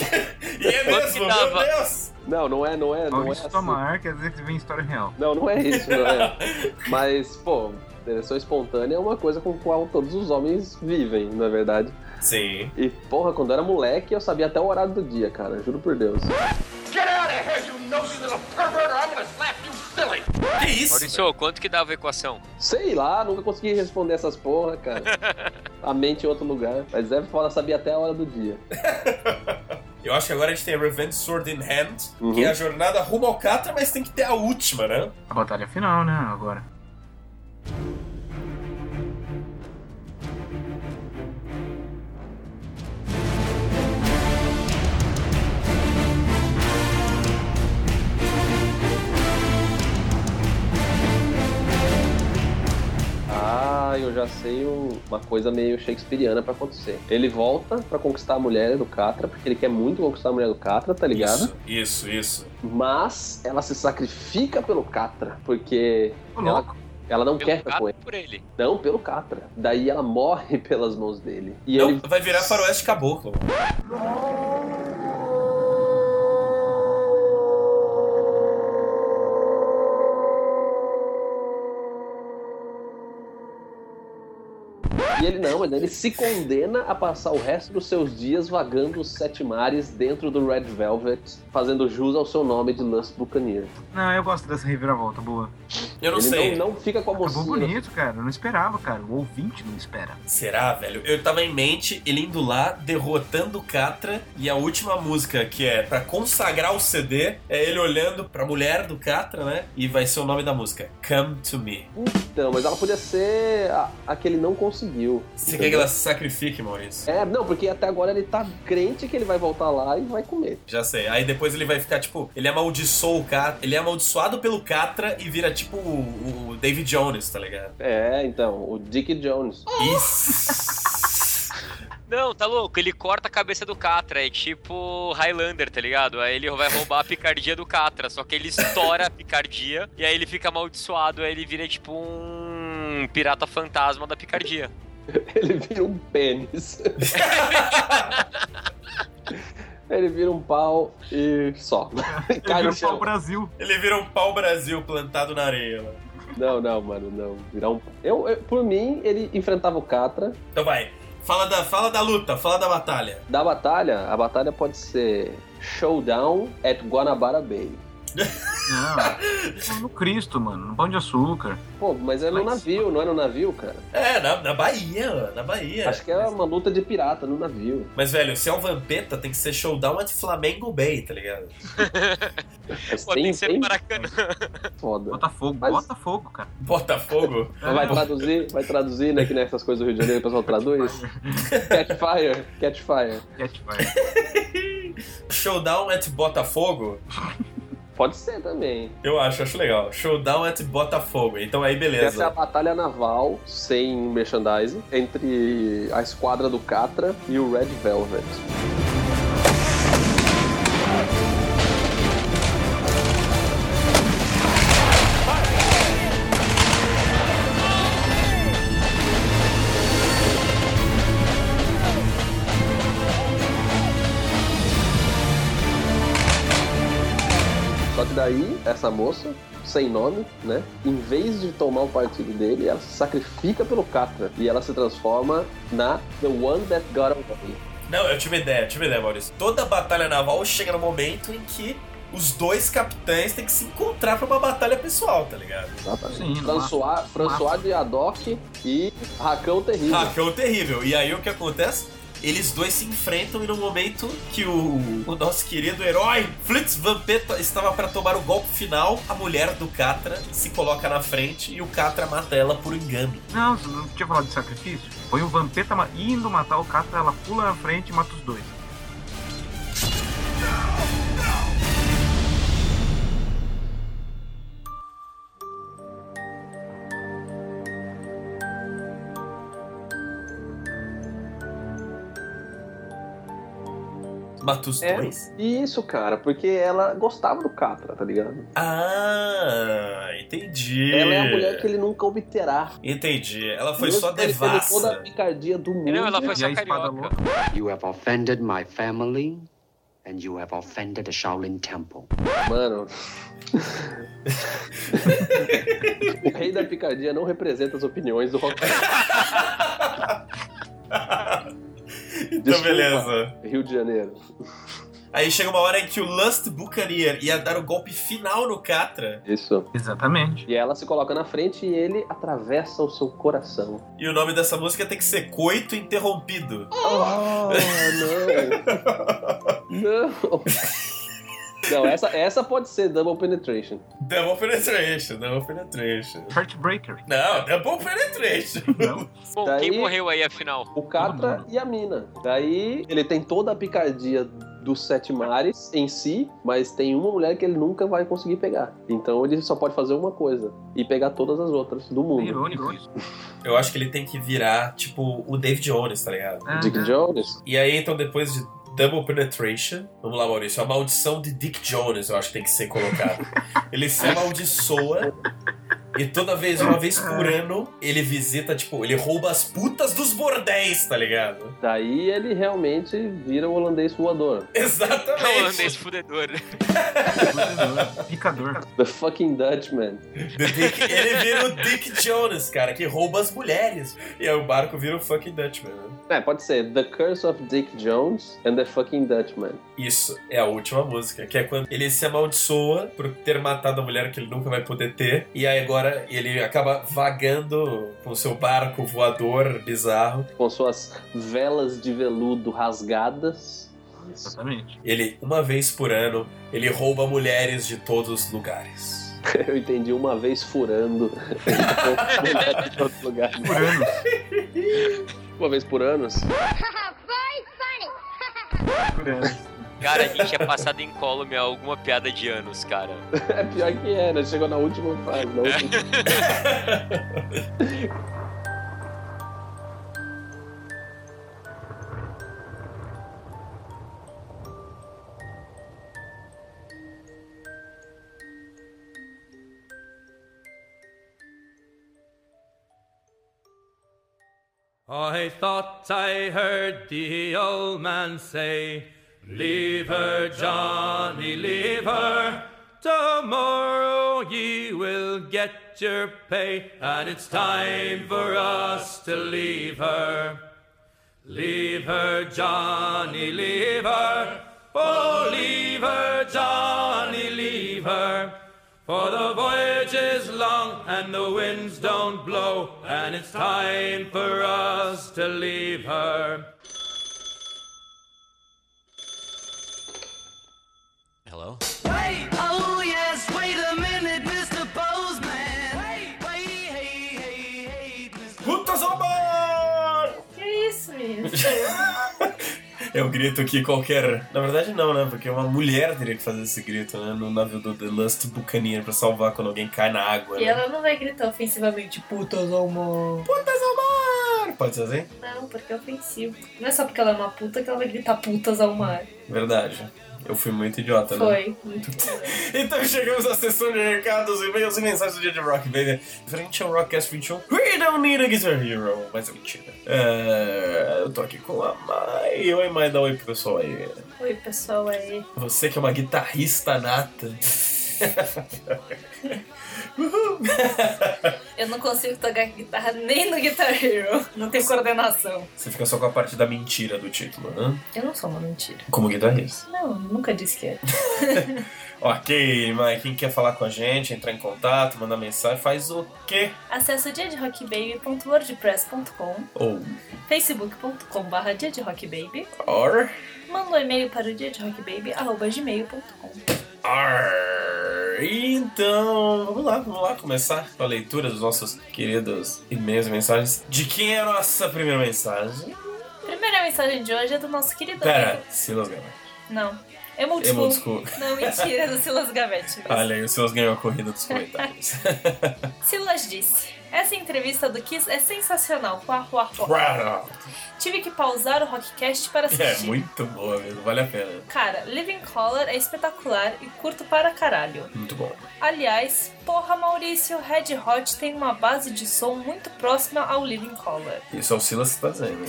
é mesmo, meu Deus! Não, não é, não é, não é. Maurício Assim. toma ar, quer dizer que vem história real. Não, não é isso, não é. Mas, pô, seleção espontânea é uma coisa com a qual todos os homens vivem, na verdade. Sim. E, porra, quando eu era moleque, eu sabia até o horário do dia, cara, juro por Deus. Get out of here, you nosy little pervert, or I'm gonna slap you silly! Que isso? Maurício, quanto que dava a equação? Sei lá, nunca consegui responder essas porra, *laughs* cara. A mente em outro lugar. Mas é foda, sabia até a hora do dia. Eu acho que agora a gente tem a Revenge Sword in Hand, Uhum. que é a jornada rumo ao Catra, mas tem que ter a última, né? A batalha final, né? Agora. Ah, eu já sei um- uma coisa meio shakespeariana pra acontecer. Ele volta pra conquistar a mulher do Catra, porque ele quer muito conquistar a mulher do Catra, tá ligado? Isso, isso, isso. Mas ela se sacrifica pelo Catra, porque ela, ela não quer ficar com ele. Por ele. Não, pelo Catra. Daí ela morre *laughs* pelas mãos dele. E Não, ele vai virar faroeste caboclo. E ele não, mas ele se condena a passar o resto dos seus dias vagando os sete mares dentro do Red Velvet, fazendo jus ao seu nome de Lance Buccaneer. Não, eu gosto dessa reviravolta boa. Eu não ele sei. Não, não fica com a Acabou mocinha. bonito, cara. Eu não esperava, cara. O ouvinte não espera. Será, velho? Eu tava em mente ele indo lá, derrotando o Catra, e a última música, que é pra consagrar o CD, é ele olhando pra mulher do Catra, né? E vai ser o nome da música: Come to Me. Então, mas ela podia ser a, a que ele não conseguiu. Você quer que ela se sacrifique, Maurício? É, não, porque até agora ele tá crente que ele vai voltar lá e vai comer. Já sei. Aí depois ele vai ficar, tipo, ele amaldiçoou o Catra, ele é amaldiçoado pelo Catra e vira, tipo, o, o David Jones, tá ligado? É, então, o Dick Jones. *laughs* Não, tá louco, ele corta a cabeça do Catra, é tipo Highlander, tá ligado? Aí ele vai roubar a picardia do Catra, só que ele estoura a picardia e aí ele fica amaldiçoado, aí ele vira tipo um pirata fantasma da picardia. Ele vira um *laughs* pênis. ele vira um pau e só. Cai no chão. é Brasil. Ele vira um pau Brasil plantado um na areia. lá. Não, não, mano, não. Virar um. Eu, eu- por mim, ele enfrentava o Catra. Então vai. Fala da, fala da luta, fala da batalha. Da batalha, a batalha pode ser Showdown at Guanabara Bay. Não, no Cristo, mano, no Pão de Açúcar. Pô, mas é no navio, não é no navio, cara? É, na, na Bahia, na Bahia. Acho que é uma luta de pirata no navio. Mas, velho, se é um Vampeta, tem que ser showdown at Flamengo Bay, tá ligado? Pô, tem que ser no Maracanã. É Foda. Botafogo, Botafogo, cara. *laughs* É, Botafogo? Vai traduzir, vai traduzir, né? Que nessas coisas do Rio de Janeiro o pessoal *laughs* traduz. Catfire, Catfire. é, Catfire. Showdown at Botafogo? Pode ser também. Eu acho, acho legal. Showdown at Botafogo. Então aí, Essa é a beleza. batalha naval, sem merchandising, entre a esquadra do Catra e o Red Velvet. Só que daí, essa moça, sem nome, né? Em vez de tomar o partido dele, ela se sacrifica pelo Catra. E ela se transforma na The One That Got Away. Não, eu tive ideia, eu tive ideia, Maurício. Toda batalha naval chega no momento em que os dois capitães têm que se encontrar pra uma batalha pessoal, tá ligado? Exatamente. François, François de Haddock e Racão Terrível. Racão terrível. E aí o que acontece? Eles dois se enfrentam e no momento que o, o nosso querido herói Fritz Vampeta estava para tomar o golpe final, a mulher do Catra se coloca na frente e o Catra mata ela por engano. Não, você não tinha falado de sacrifício? Põe o Vampeta ma- indo matar o Catra, ela pula na frente e mata os dois. Mata os dois? É Isso, cara, porque ela gostava do Catra, tá ligado? Ah, entendi. Ela é a mulher que ele nunca obterá. Entendi. Ela foi Mesmo só ele tendo toda a devassa. picardia do mundo. ela foi só You have offended my family, and you have offended the Shaolin Temple. Mano. *laughs* o rei da picardia não representa as opiniões do rock. Então, beleza. Rio de Janeiro. Aí chega uma hora em que o Lust Buccaneer ia dar o golpe final no Catra. Isso. Exatamente. E ela se coloca na frente e ele atravessa o seu coração. E o nome dessa música tem que ser Coito Interrompido. Oh, não! não! Não, essa, essa pode ser Double Penetration. Double Penetration, Double Penetration. Heartbreaker. Não, Double Penetration. Bom, Daí- quem morreu aí afinal? O Catra e a mina. Daí ele tem toda a picardia dos sete mares em si, mas tem uma mulher que ele nunca vai conseguir pegar. Então ele só pode fazer uma coisa e pegar todas as outras do mundo. Irônico isso. Eu acho que ele tem que virar, tipo, o David Jones, tá ligado? né? Dick Jones? E aí, então, depois de Double Penetration, vamos lá, Maurício, a maldição de Dick Jones, eu acho que tem que ser colocada. ele se amaldiçoa e toda vez, uma vez por ano, ele visita, tipo, ele rouba as putas dos bordéis, tá ligado? *laughs* Daí ele realmente vira o holandês voador. Exatamente. Holandês fudedor. né? Picador. The fucking Dutchman. The Dick- ele vira o Dick Jones, cara, que rouba as mulheres. E aí o barco vira o fucking Dutchman. né? É, pode ser The Curse of Dick Jones and the Fucking Dutchman. Isso é a última música, que é quando ele se amaldiçoa por ter matado a mulher que ele nunca vai poder ter. E aí agora ele acaba vagando com seu barco voador bizarro. Com suas velas de veludo rasgadas. Exatamente. Ele, uma vez por ano, ele rouba mulheres de todos os lugares. Eu entendi uma vez furando. Em todos os lugares. Uma vez por anos. Cara, a gente é passado em colo a alguma piada de anos, cara. É pior que era, chegou na última fase. Na última... I thought I heard the old man say, Leave her, Johnny, leave her. Tomorrow ye will get get your pay, and it's time for us to leave her. Leave her, Johnny, leave her. Oh, leave her, Johnny, leave her. For the voyage is long and the winds don't blow, and it's time for us to leave her. Hello? Wait, oh yes, wait a minute, Mr. Bozeman. Wait, wait, hey, hey, hey, Mr. Putas *laughs* ao bar! Que isso, menino? É o grito que qualquer. Na verdade, não, né? Porque uma mulher teria que fazer esse grito, né? No navio do The Lust Buccaneer pra salvar quando alguém cai na água. e Né? ela não vai gritar ofensivamente, putas ao mar. Putas ao mar! Pode ser assim? Não, porque é ofensivo. Não é só porque ela é uma puta que ela vai gritar putas ao mar. Verdade. Eu fui muito idiota, né? Foi. Muito Então chegamos à sessão de recados, e-mails e mensagens do dia de Rock, baby. Frente ao Rockcast 21, We don't need a Guitar Hero. Mas é mentira. É, eu tô aqui com a Mai. Oi, Mai, dá oi pro pessoal aí. Oi, pessoal aí. Você que é uma guitarrista nata. *laughs* Eu não consigo tocar guitarra nem no Guitar Hero. Não tem coordenação. Você fica só com a parte da mentira do título, né? Eu não sou uma mentira. Como guitarrista. Não, nunca disse que é. Ok, mas quem quer falar com a gente, entrar em contato, mandar mensagem, faz o quê? Acesse o diaderockbaby.wordpress.com, Ou. facebook.com.br diaderockbaby, Or. manda um e-mail para o diaderockbaby.gmail.com. Or. Então, vamos lá, vamos lá começar com a leitura dos nossos queridos e-mails e mensagens. De quem é a nossa primeira mensagem? Primeira mensagem de hoje é do nosso querido Pera, amigo- Silas Gamer. Não, é multischool. É multischool. Não, mentira, é do Silas Gavetti. mesmo. Olha aí, o Silas ganhou a corrida dos comentários. Silas disse: Essa entrevista do Kiss é sensacional. Quá, quá, quá. Tive que pausar o Rockcast para assistir. É muito boa mesmo, vale a pena. Cara, Living Color é espetacular e curto para caralho. Muito bom. Aliás, porra Maurício, Red Hot tem uma base de som muito próxima ao Living Color. Isso é o Silas que tá dizendo. né?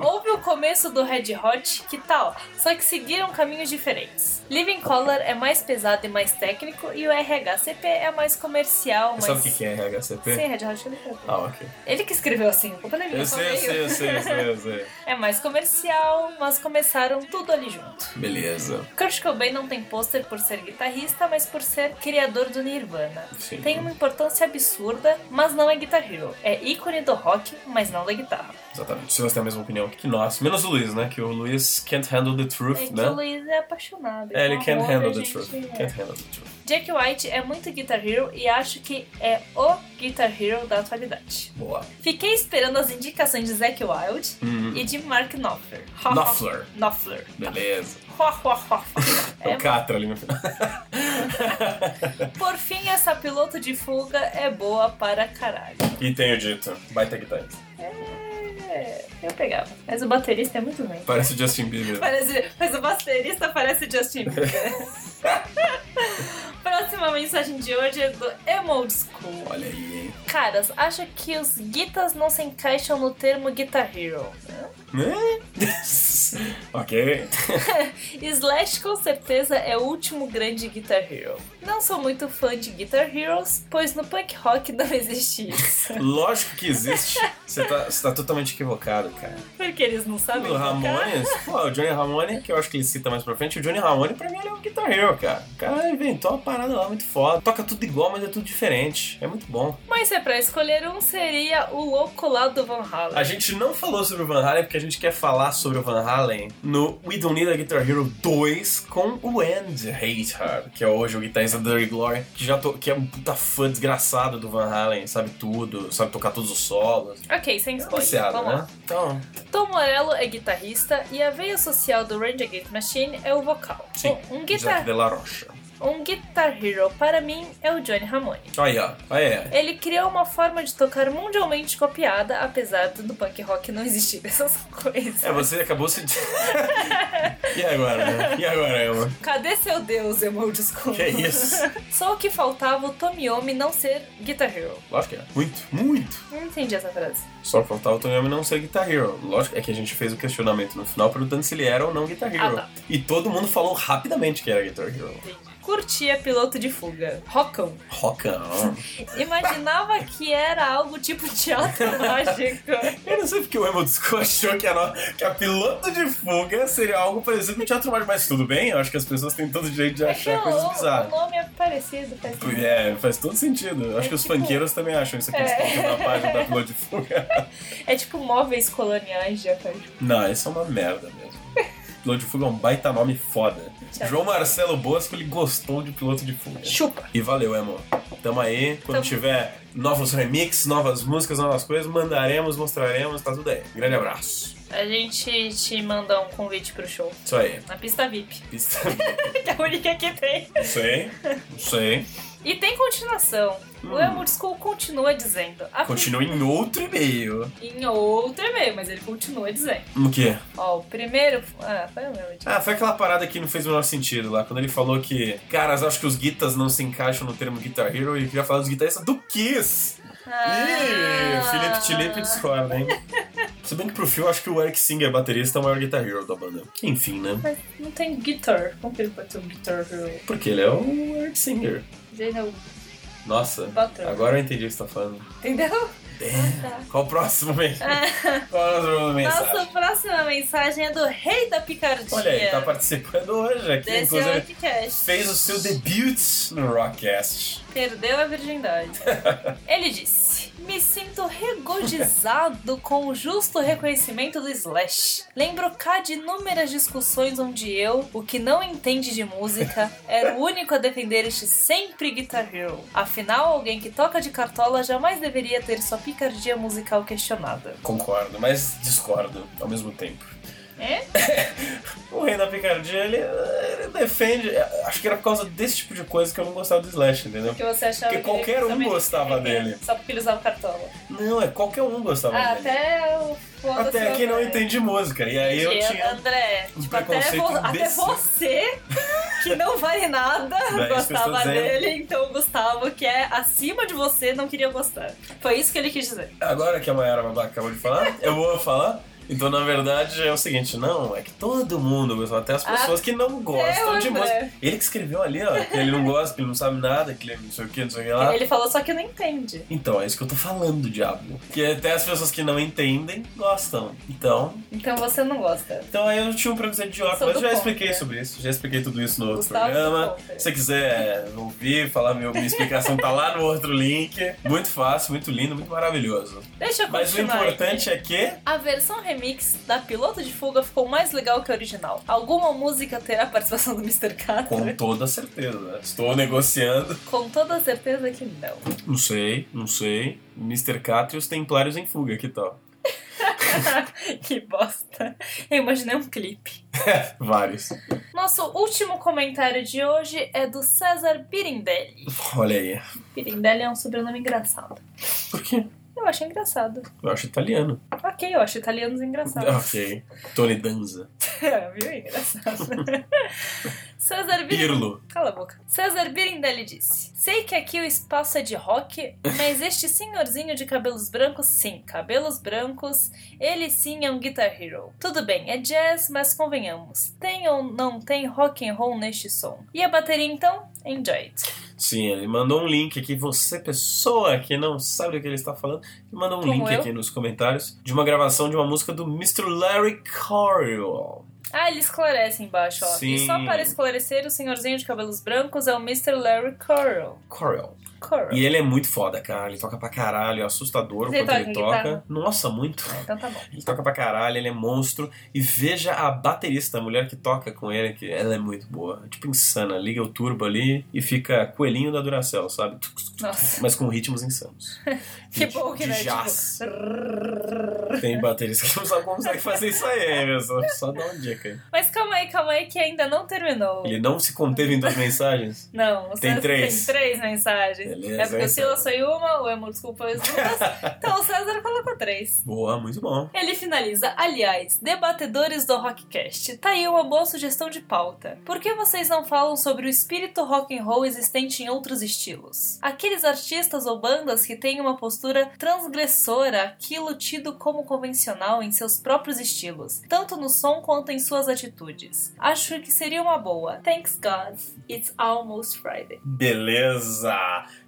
Houve o começo do Red Hot, que tal? Só que seguiram caminhos diferentes. Living Color é mais pesado e mais técnico, e o RHCP é mais comercial, mas. Sabe o que que é RHCP? Sim, Red Hot Chili Peppers. Ah, ok. Ele que escreveu assim, culpa não é minha, Eu só sei, eu veio. sei, eu sei, eu sei, eu sei. *laughs* É mais comercial, mas começaram tudo ali junto. Beleza. Kurt Cobain não tem pôster por ser guitarrista, mas por ser criador do Nirvana. Sim. Tem uma importância absurda, mas não é Guitar Hero. É ícone do rock, mas não da guitarra. Exatamente. O Silas tem a mesma opinião que nós. Menos o Luiz, né? Que o Luiz can't handle the truth, É que né? o Luiz é apaixonado. É, ele então, can't amor, handle a the gente truth. é. Can't handle the truth. Jack White é muito Guitar Hero e acho que é o Guitar Hero da atualidade. Boa. Fiquei esperando as indicações de Zack Wild Uhum. e de Mark Knopfler. Knopfler. Knopfler. Beleza. Ho, ho, ho. É o Catra ali no final. *laughs* Por fim, essa piloto de fuga é boa para caralho. E tenho dito. Baita guitarrista. É, eu pegava. Mas o baterista é muito ruim. Parece o Justin Bieber. Parece, mas o baterista parece Justin Bieber. *laughs* Próxima mensagem de hoje é do Emold School. Olha aí, hein? Caras, acho que os guitas não se encaixam no termo Guitar Hero. né? Né? *laughs* ok. Slash com certeza é o último grande Guitar Hero. Não sou muito fã de Guitar Heroes, pois no punk rock não *laughs* existe isso. Lógico que existe. Você tá, você tá totalmente equivocado, cara. Porque eles não sabem O tocar. Ramones, pô, o Johnny Ramone, que eu acho que ele cita mais pra frente, o Johnny Ramone pra mim ele é um Guitar Hero, cara. O cara inventou uma parada lá muito foda. Toca tudo igual, mas é tudo diferente. É muito bom. Mas se é pra escolher um, seria o louco lá do Van Halen. A gente não falou sobre o Van Halen porque a gente quer falar sobre o Van Halen no We Don't Need a Guitar Hero 2 com o Andy Hater, que é hoje o guitarrista do Dirty Glory, que, já to... que é um puta fã desgraçado do Van Halen, sabe tudo, sabe tocar todos os solos. Ok, sem spoiler. Passeado, Vamos né? lá. Então, Tom Morello é guitarrista e a veia social do Range Against Machine é o vocal. sim. Um, um Jack guitar... de la Rocha. um guitar hero para mim é o Johnny Ramone. Aí, ó. Aí, ó. Ele criou uma forma de tocar mundialmente copiada, apesar do punk rock não existir *laughs* essas coisas. É, você acabou se. *laughs* e agora, né? E agora, Emma? Cadê seu Deus, Emold School? Que é isso? Só o que faltava o Tomiomi não ser Guitar Hero. Lógico que é. Muito, muito. Não entendi essa frase. Só faltava o Tony não ser Guitar Hero. Lógico, é que a gente fez o questionamento no final perguntando se ele era ou não Guitar Hero. Ah, tá. E todo mundo falou rapidamente que era Guitar Hero. curtia piloto de fuga. Rockão. Roca. Imaginava que era algo tipo *laughs* teatro mágico. Eu não sei porque o Emma Disco *laughs* achou que, era, que a piloto de fuga seria algo parecido com teatro mágico, mas tudo bem, eu acho que as pessoas têm todo jeito É de achar o, coisas o bizarras. nome é parecido, faz sentido. É, faz todo sentido. Eu acho que os funkeiros também acham isso aqui, eles tipo É. colocam na página da piloto de fuga. *laughs* É tipo móveis coloniais já faz. Não, isso é uma merda mesmo. Piloto de fuga é um baita nome foda. Tchau. João Marcelo Bosco, ele gostou de piloto de fuga. Chupa. E valeu, Emo. Tamo aí. Quando Tamo. tiver novos remixes, novas músicas, novas coisas, mandaremos, mostraremos, tá tudo aí. Grande abraço. A gente te manda um convite pro show. Isso aí. Na pista VIP. Pista. que *laughs* é a única que tem. Isso aí. Isso aí. E tem continuação. O Elmore School continua dizendo. a- Hum. Continua em outro e-mail. Em outro e-mail, mas ele continua dizendo. No quê? Ó, o primeiro. Ah, foi o meu. Ah, foi aquela parada que não fez o menor sentido lá. Quando ele falou que, caras, acho que os guitas não se encaixam no termo Guitar Hero, ele queria falar dos guitarristas do Kiss. Ih, Ah. Felipe Tilipe discorda, hein? Se bem que pro Phil, acho que o Eric Singer, baterista, é o maior Guitar Hero da banda. Que enfim, né? Mas não tem guitar. Como que ele pode ter um guitar? hero? Porque ele é o Eric Singer. Ele é o- Nossa, Patrão. agora eu entendi o que você tá falando. *laughs* É, Entendeu? Qual o próximo *laughs* mesmo? Ah. Qual a próxima mensagem? Nossa próxima mensagem é do Rei da Picardia. Olha, ele tá participando hoje aqui, Desse inclusive. ele podcast. Fez o seu debut no Rockcast. Perdeu a *laughs* virgindade. Ele disse: Me *laughs* sinto regodizado com o justo reconhecimento do Slash. Lembro cá de inúmeras discussões onde eu, o que não entende de música, era o único a defender este sempre Guitar Hero. Afinal, alguém que toca de cartola jamais deveria ter sua picardia musical questionada. Concordo, mas discordo ao mesmo tempo. É? O Rei da Picardia, ele, ele defende. Acho que era por causa desse tipo de coisa que eu não gostava do Slash, entendeu? *laughs* Que você achava Porque que qualquer ele um também- gostava dele. Só porque ele usava cartola. Não, é qualquer um gostava Ah, dele. até o foda-se Até quem não André. entende música. E aí É, eu Entendi, tinha. um André, tipo, até, preconceito vo- até imbecil. você, que não *laughs* vale nada, É isso que eu estou gostava dizendo. dele, então o Gustavo, que é acima de você, não queria gostar. Foi isso que ele quis dizer. Agora que a Mayara Babaca acabou de falar, eu vou falar. Então, na verdade, é o seguinte, não, é que todo mundo gostou, até as pessoas Ah, que não gostam é, de André. música. Ele que escreveu ali, ó, que ele não gosta, que ele não sabe nada, que ele é não sei o que, não sei o que lá. Ele falou, só que não entende. Então, é isso que eu tô falando, diabo. Que até as pessoas que não entendem gostam. Então, Então você não gosta. então aí eu tinha um preconceito idiota, Sou mas do eu já contra. expliquei sobre isso, já expliquei tudo isso no outro Gustavo do programa. Se você quiser ouvir, falar meu, minha explicação, tá lá no outro link. Muito fácil, muito lindo, muito maravilhoso. Deixa eu continuar. Mas o importante né? é que. A versão remix da Piloto de Fuga ficou mais legal que a original. Alguma música terá participação do Mr. K? Com toda certeza. né? Estou negociando. Com toda certeza que não. *laughs* Não sei, não sei. Mr. Catra e os Templários em Fuga, tá? que tal? que bosta. Eu imaginei um clipe. Vários. Nosso último comentário de hoje é do César Pirindelli. Olha aí. Pirindelli é um sobrenome engraçado. Por quê? Eu acho engraçado. Eu acho italiano. Ok, eu acho italianos engraçados. Ok. Tony Danza. Viu? *laughs* *laughs* É Engraçado. César Birin- Pirlo. Cala a boca. César Birindelli disse: Sei que aqui o espaço é de rock, mas este senhorzinho de cabelos brancos, sim, cabelos brancos, ele sim é um guitar hero. Tudo bem, é jazz, mas convenhamos, tem ou não tem rock and roll neste som. E a bateria então? Enjoy it. Sim, ele mandou um link aqui. Você, pessoa que não sabe do que ele está falando, ele mandou um Como link eu? aqui nos comentários de uma gravação de uma música do Mr. Larry Coryell. Ah, ele esclarece embaixo, ó. E só Sim. para esclarecer, o senhorzinho de cabelos brancos é o Mr. Larry Coral. Coryell. Coral. E ele é muito foda, cara. Ele toca pra caralho, é assustador o Você quanto toca ele toca. guitarra? Nossa, muito. Então tá bom. Ele toca pra caralho, ele é monstro. E veja a baterista, a mulher que toca com ele, que ela é muito boa. Tipo insana. Liga o turbo ali e fica coelhinho da Duracell, sabe? *laughs* Nossa. Mas com ritmos insanos. *laughs* Que bom que de não é jazz. tipo... *laughs* Tem baterista que não sabe como consegue fazer isso aí, meu. Só, só dá uma dica aí. Mas calma aí, calma aí, que ainda não terminou. Ele não se conteve em duas mensagens? Não, você Tem três. tem três mensagens. É Beleza. porque o então. Silas foi uma, o Emo desculpa as duas, então o César colocou três. *laughs* Boa, muito bom. Ele finaliza, aliás, debatedores do Rockcast, tá aí uma boa sugestão de pauta. Por que vocês não falam sobre o espírito rock and roll existente em outros estilos? Aqueles artistas ou bandas que têm uma postura transgressora, aquilo tido como convencional em seus próprios estilos, tanto no som quanto em suas atitudes. Acho que seria uma boa. Thanks God, it's almost Friday. Beleza!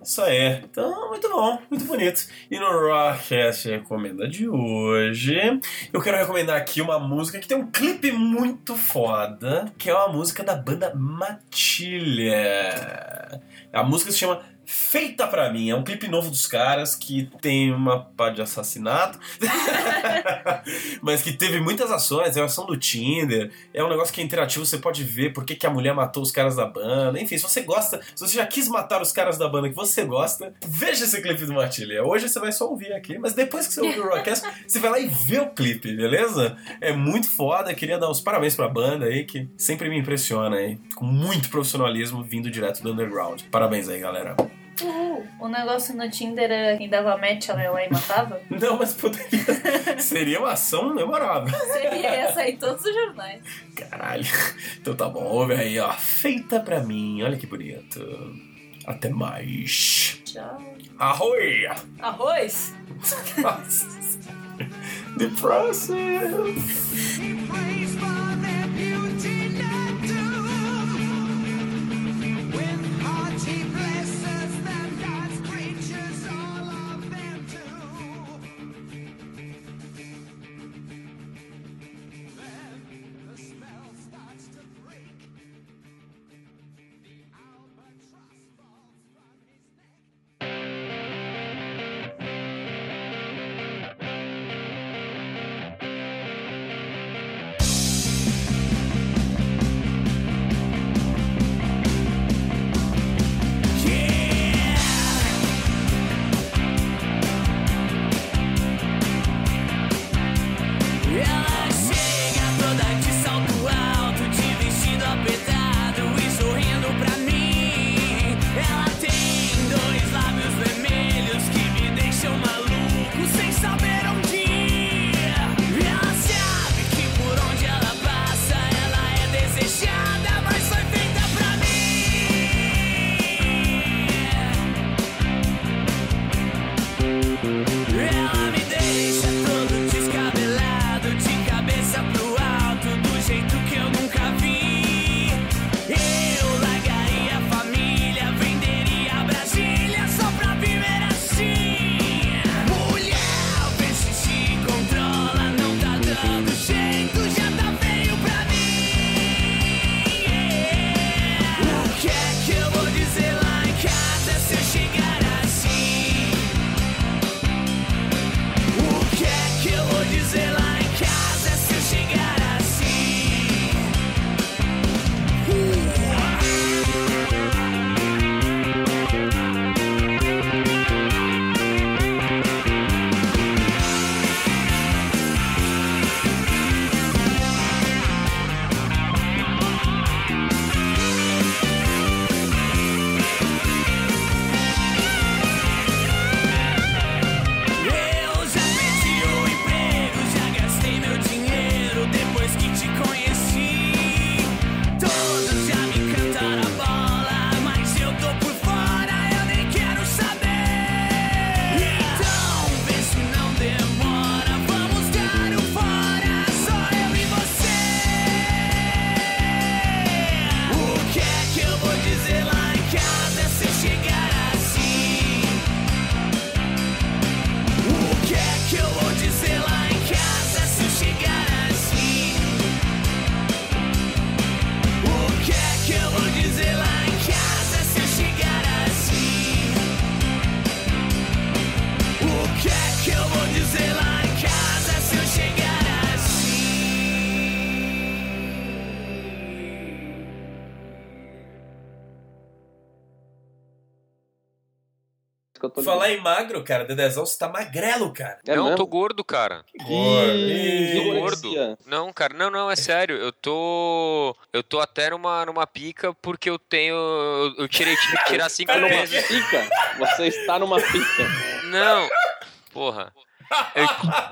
Isso aí. Então, muito bom, muito bonito. E no Rockcast Recomenda de hoje, eu quero recomendar aqui uma música que tem um clipe muito foda, que é uma música da banda Matilha. A música se chama Feita Pra Mim. É um clipe novo dos caras que tem uma parte de assassinato, *laughs* mas que teve muitas ações. É uma ação do Tinder, é um negócio que é interativo, você pode ver por que, que a mulher matou os caras da banda. Enfim, se você gosta, se você já quis matar os caras da banda que você gosta, veja esse clipe do Matilha. Hoje você vai só ouvir aqui, mas depois que você ouvir o Rockcast, você vai lá e vê o clipe, beleza? É muito foda. Queria dar os parabéns pra banda aí, que sempre me impressiona aí, com muito profissionalismo vindo direto do underground. Parabéns aí, galera. Uhul. O negócio no Tinder era quem dava match, ela ia lá e matava? Não, mas poderia. *laughs* Seria uma ação memorável. Seria essa em todos os jornais. Caralho. *laughs* Então tá bom, ouve aí, ó. Feita pra mim, olha que bonito. Até mais. Tchau. Arroi! Arroz? *laughs* The process! Thank you. é assim. tá é assim? é assim. Então, um é assim? é assim? é assim? que eu tô Falar em magro, cara, Dedezão, você tá magrelo, cara. É não, eu tô gordo, cara. Gordo. Tô gordo. Não, cara, não, não, é sério. Eu tô. Eu tô até numa, numa pica porque eu tenho. Eu, eu tirei, tive que tirar cinco Pera aí. meses. Tá Pica? Você está numa pica. Não. Porra.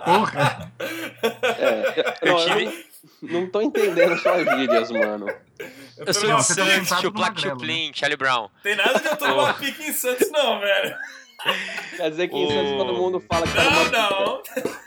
Porra! É, eu, não, eu não, não tô entendendo suas gírias, mano. Eu sou um de Santos, Chuplac Chuplin, Charlie Brown. Tem nada de eu tomar pique em Santos, não, velho. Ah, Quer dizer que em O- Santos todo mundo fala que tá Não, numa não.